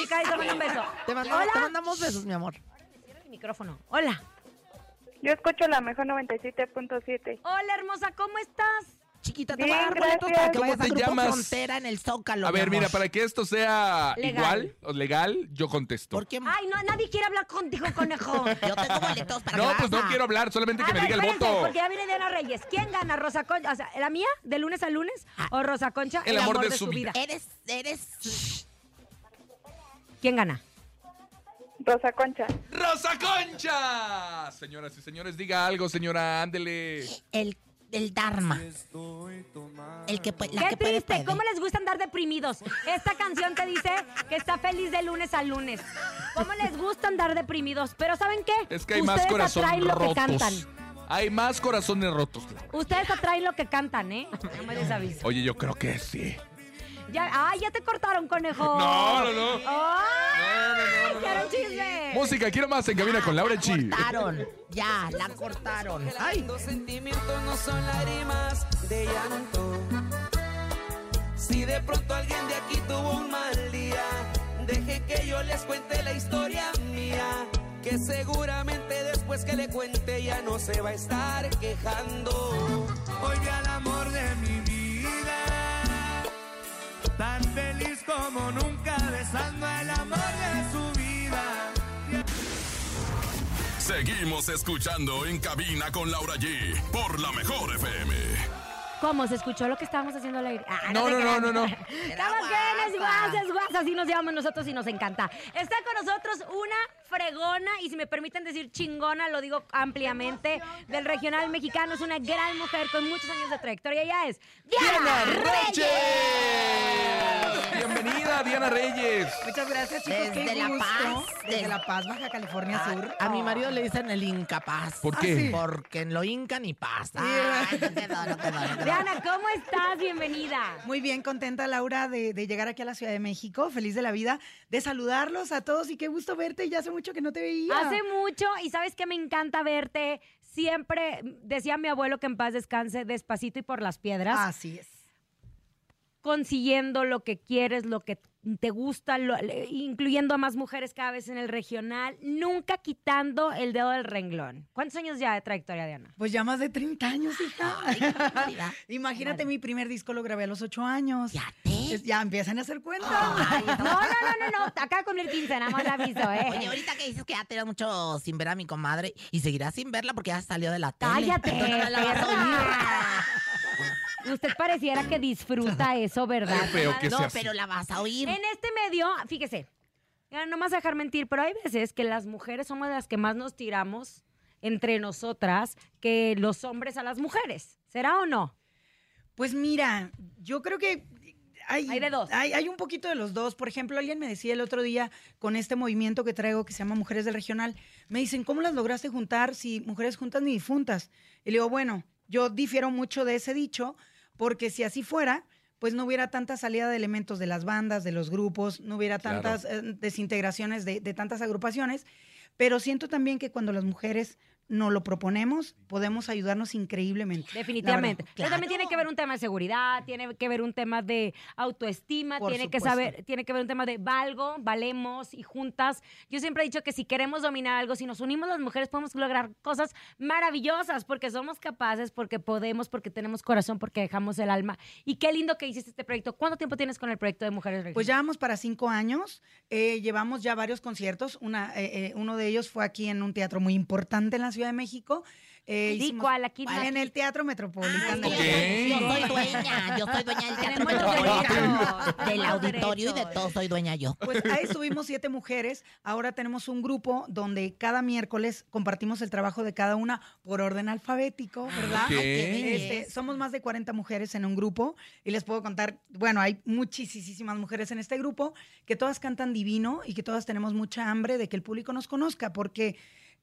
Speaker 2: Ricardo, te mando un beso.
Speaker 4: Te mandamos,
Speaker 2: Hola.
Speaker 4: te mandamos besos, mi amor.
Speaker 2: El micrófono. Hola.
Speaker 14: Yo escucho la mejor 97.7.
Speaker 2: Hola, hermosa, ¿cómo estás?
Speaker 4: Chiquita,
Speaker 14: Bien,
Speaker 4: mandar boletos
Speaker 14: gracias.
Speaker 4: para que
Speaker 3: ¿Cómo
Speaker 4: vayas a
Speaker 3: te
Speaker 4: Grupo
Speaker 3: llamas?
Speaker 4: Frontera en el Zócalo.
Speaker 3: A ver,
Speaker 4: mi
Speaker 3: mira,
Speaker 4: amor.
Speaker 3: para que esto sea
Speaker 2: Legal.
Speaker 3: igual o legal, yo contesto.
Speaker 4: Porque
Speaker 2: Ay, no, nadie quiere hablar contigo, conejo.
Speaker 4: yo tengo boletos para
Speaker 3: No,
Speaker 4: que
Speaker 3: pues no
Speaker 4: vayas a-
Speaker 3: quiero hablar, solamente
Speaker 2: A
Speaker 3: que me
Speaker 2: ver,
Speaker 3: diga el
Speaker 2: espérense,
Speaker 3: voto.
Speaker 2: porque ya viene Diana Reyes. ¿Quién gana, Rosa Concha? O sea, ¿la mía? ¿De lunes a lunes? ¿O Rosa Concha?
Speaker 3: Ah. El amor de su vida.
Speaker 4: Eres, eres...
Speaker 2: ¿Quién gana?
Speaker 14: Rosa Concha.
Speaker 3: ¡Rosa Concha! Señoras y señores, diga algo, señora, ándele.
Speaker 4: El, el Dharma. El que, pue- la
Speaker 2: Qué
Speaker 4: que puede,
Speaker 2: triste,
Speaker 4: puede.
Speaker 2: ¿cómo les gusta andar deprimidos? Esta canción te dice que está feliz de lunes a lunes. ¿Cómo les gusta andar deprimidos? Pero ¿saben qué?
Speaker 3: Es que hay más
Speaker 2: Ustedes
Speaker 3: corazones
Speaker 2: atraen lo que
Speaker 3: rotos.
Speaker 2: cantan.
Speaker 3: Hay más corazones rotos.
Speaker 2: Ustedes atraen lo que cantan, ¿eh? No me les aviso.
Speaker 3: Oye, yo creo que sí.
Speaker 2: Ya, ¡Ay, ya te cortaron, conejo!
Speaker 3: No, no, no.
Speaker 2: ¡Ay, ya era un chisme!
Speaker 3: Música, quiero más en cabina con Laura Chi.
Speaker 4: Cortaron. Ya, la cortaron. Ay.
Speaker 15: Los sentimientos no son lágrimas de llanto. Si de pronto alguien de aquí tuvo un mal día, deje que yo les cuente la historia mía. Que seguramente después que le cuente ya no se va a estar quejando.
Speaker 9: Hoy vi al amor de mi vida, tan feliz como nunca, besando el amor de su vida.
Speaker 1: Seguimos escuchando en cabina con Laura G por la mejor FM.
Speaker 2: ¿Cómo? ¿Se escuchó lo que estábamos haciendo al aire? Ah,
Speaker 3: No,
Speaker 2: te
Speaker 3: no,
Speaker 2: creas.
Speaker 3: no, no, no.
Speaker 2: Estamos bien, es guasa, es guasa, así nos llamamos nosotros y nos encanta. Está con nosotros una fregona, y si me permiten decir chingona, lo digo ampliamente, del regional mexicano. Es una gran mujer con muchos años de trayectoria. Ella es Diana,
Speaker 3: Diana Reyes. Bienvenida, Diana Reyes.
Speaker 8: Muchas gracias, chicos.
Speaker 4: Desde
Speaker 8: qué
Speaker 4: La
Speaker 8: gusto.
Speaker 4: Paz, Ah.
Speaker 8: Desde
Speaker 4: desde-
Speaker 8: La Paz, Baja California Sur.
Speaker 4: A mi marido le dicen el incapaz.
Speaker 3: ¿Por qué?
Speaker 4: Ah, sí. Porque en lo inca ni pasa. Ay, no te doy, no te doy, no te doy.
Speaker 2: Diana, ¿cómo estás? Bienvenida.
Speaker 8: Muy bien, contenta Laura de, de llegar aquí a la Ciudad de México, feliz de la vida, de saludarlos a todos y qué gusto verte, ya hace mucho que no te veía.
Speaker 2: Hace mucho y sabes que me encanta verte. Siempre decía mi abuelo que en paz descanse despacito y por las piedras.
Speaker 8: Así es.
Speaker 2: Consiguiendo lo que quieres, lo que te gusta, lo- le- incluyendo a más mujeres cada vez en el regional, nunca quitando el dedo del renglón. ¿Cuántos años ya de trayectoria, Diana?
Speaker 8: Pues ya más de 30 años, hija. Imagínate, mi primer disco lo grabé a los 8 años. Ya, ya empiezan a hacer cuenta.
Speaker 2: No, no, no, no, no. Acá con el 15, nada más la aviso, ¿eh?
Speaker 4: Oye, ahorita que dices que ya te da mucho sin ver a mi comadre y seguirás sin verla porque ya salió de la tele.
Speaker 2: Cállate,
Speaker 4: Tú no la vas a
Speaker 2: perra.
Speaker 4: oír.
Speaker 2: Usted pareciera que disfruta eso, ¿verdad?
Speaker 3: Qué feo que
Speaker 4: No,
Speaker 3: seas.
Speaker 4: pero la vas a oír.
Speaker 2: En este medio, fíjese, ya no más dejar mentir, pero hay veces que las mujeres somos las que más nos tiramos entre nosotras que los hombres a las mujeres. ¿Será o no?
Speaker 8: Pues mira, yo creo que hay,
Speaker 2: Hay de dos.
Speaker 8: Hay, hay un poquito de los dos. Por ejemplo, alguien me decía el otro día con este movimiento que traigo que se llama Mujeres del Regional, me dicen, ¿cómo las lograste juntar si mujeres juntas ni difuntas? Y le digo, bueno, yo difiero mucho de ese dicho, porque si así fuera, pues no hubiera tanta salida de elementos de las bandas, de los grupos, no hubiera
Speaker 16: Claro.
Speaker 8: tantas eh, desintegraciones de, de tantas agrupaciones. Pero siento también que cuando las mujeres no lo proponemos, podemos ayudarnos increíblemente. La verdad.
Speaker 2: Definitivamente. Pero también tiene que ver un tema de seguridad, tiene que ver un tema de autoestima,
Speaker 8: Por
Speaker 2: tiene que
Speaker 8: supuesto.
Speaker 2: saber, tiene que ver un tema de valgo, valemos y juntas. Yo siempre he dicho que si queremos dominar algo, si nos unimos las mujeres podemos lograr cosas maravillosas porque somos capaces, porque podemos, porque tenemos corazón, porque dejamos el alma. Y qué lindo que hiciste este proyecto. ¿Cuánto tiempo tienes con el proyecto de Mujeres Reyes?
Speaker 8: Pues ya vamos para cinco años. eh, llevamos ya varios conciertos. Una, eh, eh, uno de ellos fue aquí en un teatro muy importante en la Ciudad de México, eh,
Speaker 2: Di
Speaker 8: hicimos-
Speaker 2: cuál, aquí no,
Speaker 8: En
Speaker 2: aquí. Ah,
Speaker 8: el Teatro Metropolitano.
Speaker 4: Yo soy dueña, yo soy dueña del teatro
Speaker 8: Tenemos los
Speaker 4: metropolitano,
Speaker 8: derechos,
Speaker 4: del
Speaker 8: tenemos los
Speaker 4: auditorio y de todo soy dueña yo.
Speaker 8: Pues ahí estuvimos siete mujeres. Ahora tenemos un grupo donde cada miércoles compartimos el trabajo de cada una por orden alfabético, ¿verdad?
Speaker 3: ok. Ay, qué
Speaker 8: Este, somos más de 40 mujeres en un grupo y les puedo contar, bueno, hay muchísimas mujeres en este grupo que todas cantan divino y que todas tenemos mucha hambre de que el público nos conozca porque...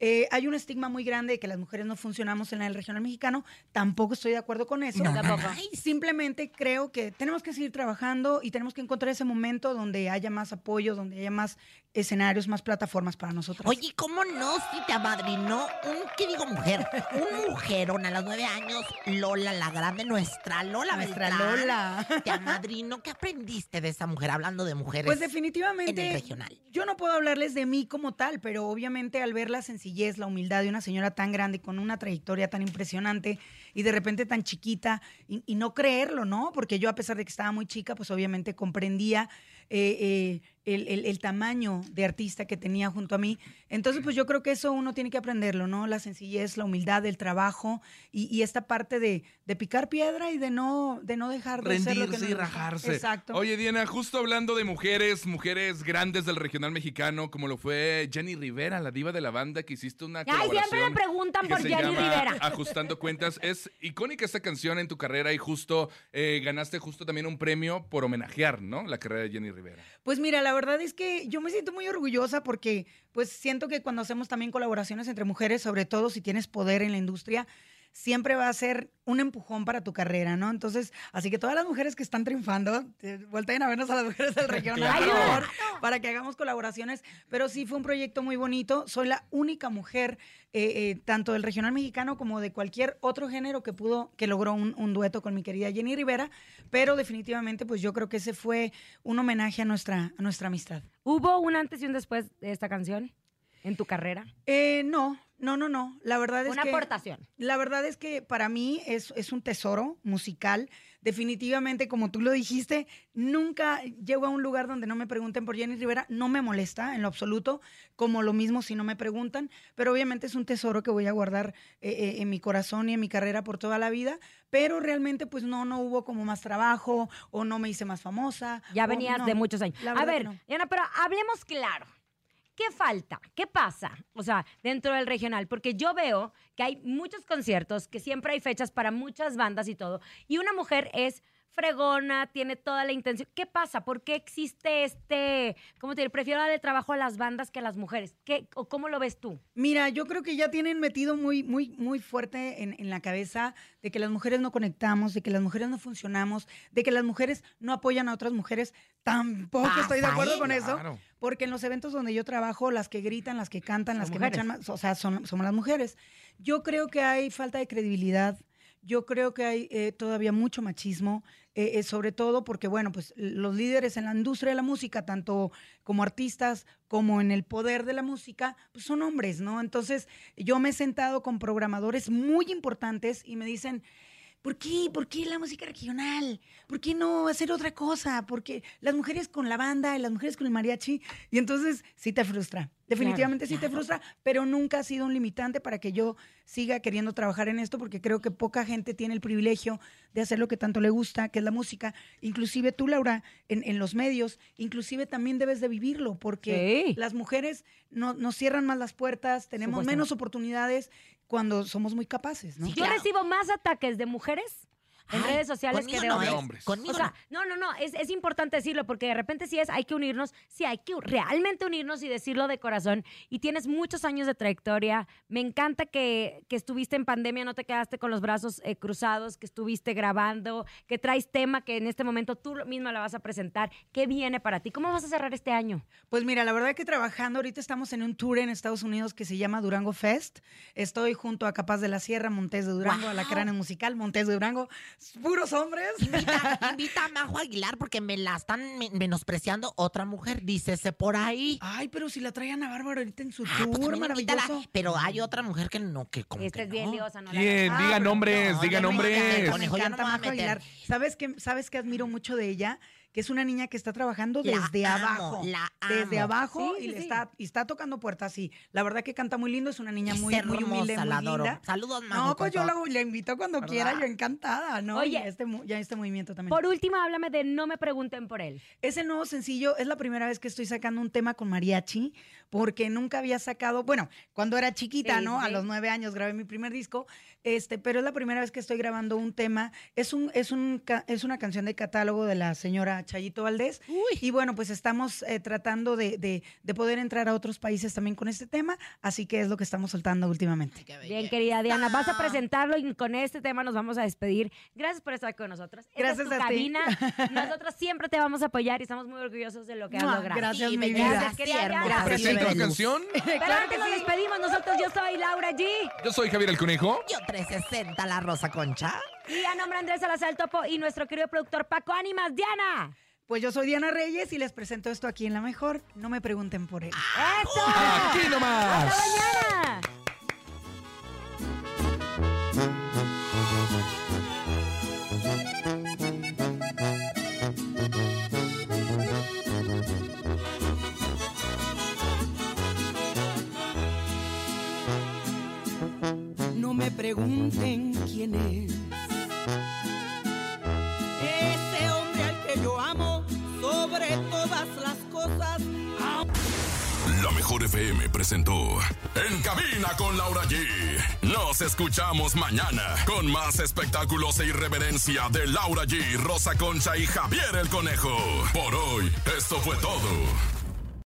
Speaker 8: eh, hay un estigma muy grande de que las mujeres no funcionamos en el regional mexicano. Tampoco estoy de acuerdo con eso.
Speaker 2: No, no, Tampoco. no.
Speaker 8: Ay, Simplemente creo que tenemos que seguir trabajando y tenemos que encontrar ese momento donde haya más apoyo, donde haya más escenarios, más plataformas para nosotros.
Speaker 4: Oye, ¿cómo no si te amadrinó un, qué digo, mujer? Un mujerón a los nueve años, Lola, la grande, nuestra Lola
Speaker 8: Nuestra
Speaker 4: Beltrán.
Speaker 8: Lola.
Speaker 4: Te amadrinó, ¿qué aprendiste de esa mujer hablando de mujeres?
Speaker 8: Pues definitivamente.
Speaker 4: en el regional.
Speaker 8: Yo no puedo hablarles de mí como tal, pero obviamente al ver la sencillez, la humildad de una señora tan grande, con una trayectoria tan impresionante y de repente tan chiquita, y, y no creerlo, ¿no? Porque yo, a pesar de que estaba muy chica, pues obviamente comprendía eh, eh, el, el- el tamaño de artista que tenía junto a mí. Entonces, pues yo creo que eso uno tiene que aprenderlo, ¿no? La sencillez, la humildad, el trabajo y, y esta parte de, de picar piedra y de no, de no dejar de hacer lo que
Speaker 3: Rendirse
Speaker 8: nos
Speaker 3: y
Speaker 8: gusta.
Speaker 3: rajarse.
Speaker 8: Exacto.
Speaker 3: Oye, Diana, justo hablando de mujeres, mujeres grandes del regional mexicano, como lo fue Jenny Rivera, la diva de la banda, que hiciste una
Speaker 2: Ay, siempre me
Speaker 3: colaboración
Speaker 2: preguntan
Speaker 3: que
Speaker 2: por
Speaker 3: se
Speaker 2: Jenny
Speaker 3: llama
Speaker 2: Rivera.
Speaker 3: Ajustando cuentas. Es icónica esta canción en tu carrera y justo eh, ganaste justo también un premio por homenajear, ¿no? La carrera de Jenny Rivera.
Speaker 8: Pues mira, la verdad es que yo me siento muy orgullosa porque pues siento que cuando hacemos también colaboraciones entre mujeres, sobre todo si tienes poder en la industria, siempre va a ser un empujón para tu carrera, ¿no? Entonces, así que todas las mujeres que están triunfando, eh, volteen a vernos a las mujeres del regional, por
Speaker 2: Claro.
Speaker 8: favor, para que hagamos colaboraciones. Pero sí fue un proyecto muy bonito. Soy la única mujer, eh, eh, tanto del regional mexicano como de cualquier otro género que pudo, que logró un, un dueto con mi querida Jenny Rivera. Pero definitivamente, pues yo creo que ese fue un homenaje a nuestra, a nuestra amistad.
Speaker 2: ¿Hubo un antes y un después de esta canción en tu carrera?
Speaker 8: Eh, no, no, no, no. La verdad es
Speaker 2: Una
Speaker 8: que.
Speaker 2: aportación.
Speaker 8: La verdad es que para mí es, es un tesoro musical. Definitivamente, como tú lo dijiste, nunca llego a un lugar donde no me pregunten por Jenny Rivera. No me molesta en lo absoluto, como lo mismo si no me preguntan. Pero obviamente es un tesoro que voy a guardar eh, eh, en mi corazón y en mi carrera por toda la vida. Pero realmente, pues no, no hubo como más trabajo o no me hice más famosa.
Speaker 2: Ya
Speaker 8: o
Speaker 2: venías
Speaker 8: Oh, no.
Speaker 2: de muchos años.
Speaker 8: La
Speaker 2: A
Speaker 8: verdad que
Speaker 2: ver,
Speaker 8: no.
Speaker 2: Diana, pero hablemos claro. ¿Qué falta? ¿Qué pasa? O sea, dentro del regional, porque yo veo que hay muchos conciertos, que siempre hay fechas para muchas bandas y todo, y una mujer es fregona, tiene toda la intención. ¿Qué pasa? ¿Por qué existe este, cómo te diré, prefiero darle trabajo a las bandas que a las mujeres? ¿Qué, o ¿Cómo lo ves tú?
Speaker 8: Mira, yo creo que ya tienen metido muy, muy, muy fuerte en, en la cabeza de que las mujeres no conectamos, de que las mujeres no funcionamos, de que las mujeres no apoyan a otras mujeres. Tampoco estoy de
Speaker 15: Pasa,
Speaker 8: acuerdo
Speaker 15: ¿eh?
Speaker 8: con eso.
Speaker 15: Claro.
Speaker 8: Porque en los eventos donde yo trabajo, las que gritan, las que cantan, las que
Speaker 15: mujeres.
Speaker 8: marchan más, o sea, son, somos las mujeres. Yo creo que hay falta de credibilidad. Yo creo que hay eh, todavía mucho machismo, eh, eh, sobre todo porque, bueno, pues los líderes en la industria de la música, tanto como artistas como en el poder de la música, pues son hombres, ¿no? Entonces, yo me he sentado con programadores muy importantes y me dicen, ¿Por qué? ¿Por qué la música regional? ¿Por qué no hacer otra cosa? Porque las mujeres con la banda y las mujeres con el mariachi. Y entonces sí te frustra. Definitivamente sí te frustra, pero nunca ha sido un limitante para que yo siga queriendo trabajar en esto, porque creo que poca gente tiene el privilegio de hacer lo que tanto le gusta, que es la música. Inclusive tú, Laura, en, en los medios, inclusive también debes de vivirlo, porque
Speaker 2: Sí.
Speaker 8: las mujeres no- nos cierran más las puertas, tenemos
Speaker 2: Supuesto.
Speaker 8: menos oportunidades cuando somos muy capaces, ¿no?
Speaker 2: Yo recibo más ataques de mujeres en
Speaker 8: Ay,
Speaker 2: redes sociales que
Speaker 8: conmigo
Speaker 2: de hombres.
Speaker 8: no es, De hombres. conmigo
Speaker 2: o sea, no, no, no, es, es importante decirlo porque de repente sí es, hay que unirnos, sí hay que realmente unirnos y decirlo de corazón. Y tienes muchos años de trayectoria. Me encanta que, que estuviste en pandemia, no te quedaste con los brazos eh, cruzados, que estuviste grabando, que traes tema que en este momento tú misma la vas a presentar. ¿Qué viene para ti? ¿Cómo vas a cerrar este año?
Speaker 8: Pues mira, la verdad que trabajando, ahorita estamos en un tour en Estados Unidos que se llama Durango Fest. Estoy junto a Capaz de la Sierra, Montes de Durango,
Speaker 4: Guau.
Speaker 8: Alacranes Musical, Montes de Durango, puros hombres.
Speaker 4: Invita, invita a Majo Aguilar porque me la están me- menospreciando otra mujer, dícese por ahí. Ah,
Speaker 8: Ay, pero si la traían a Bárbara ahorita en su
Speaker 4: tour,
Speaker 8: maravilloso.
Speaker 4: Pero hay otra mujer que no, que como
Speaker 2: Esta
Speaker 4: que
Speaker 2: Este es
Speaker 4: no.
Speaker 2: bien Ah, diosa, ¿no? la-
Speaker 3: Bien, digan nombres,
Speaker 4: no,
Speaker 3: digan
Speaker 4: ya no me
Speaker 3: nombres.
Speaker 4: digan,
Speaker 8: Me
Speaker 4: conejo, ya no
Speaker 8: encanta
Speaker 4: me voy a
Speaker 8: Majo
Speaker 4: meter.
Speaker 8: Aguilar. ¿Sabes que, ¿Sabes que admiro mucho de ella?
Speaker 7: que es una niña que está trabajando
Speaker 4: La
Speaker 7: desde
Speaker 4: amo,
Speaker 7: abajo.
Speaker 4: la
Speaker 7: Desde
Speaker 4: amo.
Speaker 7: abajo
Speaker 4: Sí,
Speaker 7: y
Speaker 4: sí,
Speaker 7: le
Speaker 4: sí.
Speaker 7: está, y está tocando puertas, sí. La verdad que canta muy lindo, es una niña
Speaker 4: Es
Speaker 7: muy, muy humilde,
Speaker 4: hermosa,
Speaker 7: muy
Speaker 4: la adoro.
Speaker 7: linda.
Speaker 4: Saludos, Majo,
Speaker 7: No,
Speaker 4: con
Speaker 7: pues yo la,
Speaker 4: todo.
Speaker 7: la invito cuando
Speaker 4: ¿Verdad?
Speaker 7: quiera, yo encantada, ¿no?
Speaker 2: Oye.
Speaker 7: Oye, este, mu- ya este movimiento también.
Speaker 2: Por último, háblame de No me pregunten por él.
Speaker 7: Es el nuevo sencillo, es la primera vez que estoy sacando un tema con mariachi, porque nunca había sacado, bueno, cuando era chiquita,
Speaker 2: Sí,
Speaker 7: ¿no? A
Speaker 2: sí.
Speaker 7: los nueve años grabé mi primer disco, este, pero es la primera vez que estoy grabando un tema. Es un, es un, ca- es una canción de catálogo de la señora Chayito Valdés. Y bueno, pues estamos eh, tratando de, de- de poder entrar a otros países también con este tema, así que es lo que estamos soltando últimamente.
Speaker 2: Bien, querida Diana, vas a presentarlo y con este tema nos vamos a despedir. Gracias por estar con nosotros. Esta
Speaker 7: Gracias
Speaker 2: es tu
Speaker 7: a ti.
Speaker 2: cabina. Nosotros siempre te vamos a apoyar y estamos muy orgullosos de lo que has
Speaker 7: Mua,
Speaker 2: logrado.
Speaker 7: gracias,
Speaker 2: Sí,
Speaker 7: mi
Speaker 2: gracias,
Speaker 7: vida.
Speaker 2: querida
Speaker 7: Sí,
Speaker 2: Diana.
Speaker 7: hermosa.
Speaker 3: ¿Presenta la
Speaker 7: Gracias.
Speaker 3: canción?
Speaker 2: Pero antes nos despedimos nosotros. Yo soy Laura G.
Speaker 3: Yo soy Javier el Conejo.
Speaker 4: Yo 360, la Rosa Concha.
Speaker 2: Y a nombre de Andrés Salazar el Topo y nuestro querido productor Paco Ánimas, Diana.
Speaker 7: Pues yo soy Diana Reyes y les presento esto aquí en La Mejor, no me pregunten por él.
Speaker 2: ¡Eso!
Speaker 3: ¡Aquí nomás!
Speaker 2: ¡Hasta mañana!
Speaker 8: No me pregunten quién es. Ese hombre al que yo amo sobre todas las cosas.
Speaker 1: La Mejor FM presentó En Cabina con Laura G. Nos escuchamos mañana con más espectáculos e irreverencia de Laura G, Rosa Concha y Javier el Conejo. Por hoy, esto fue todo.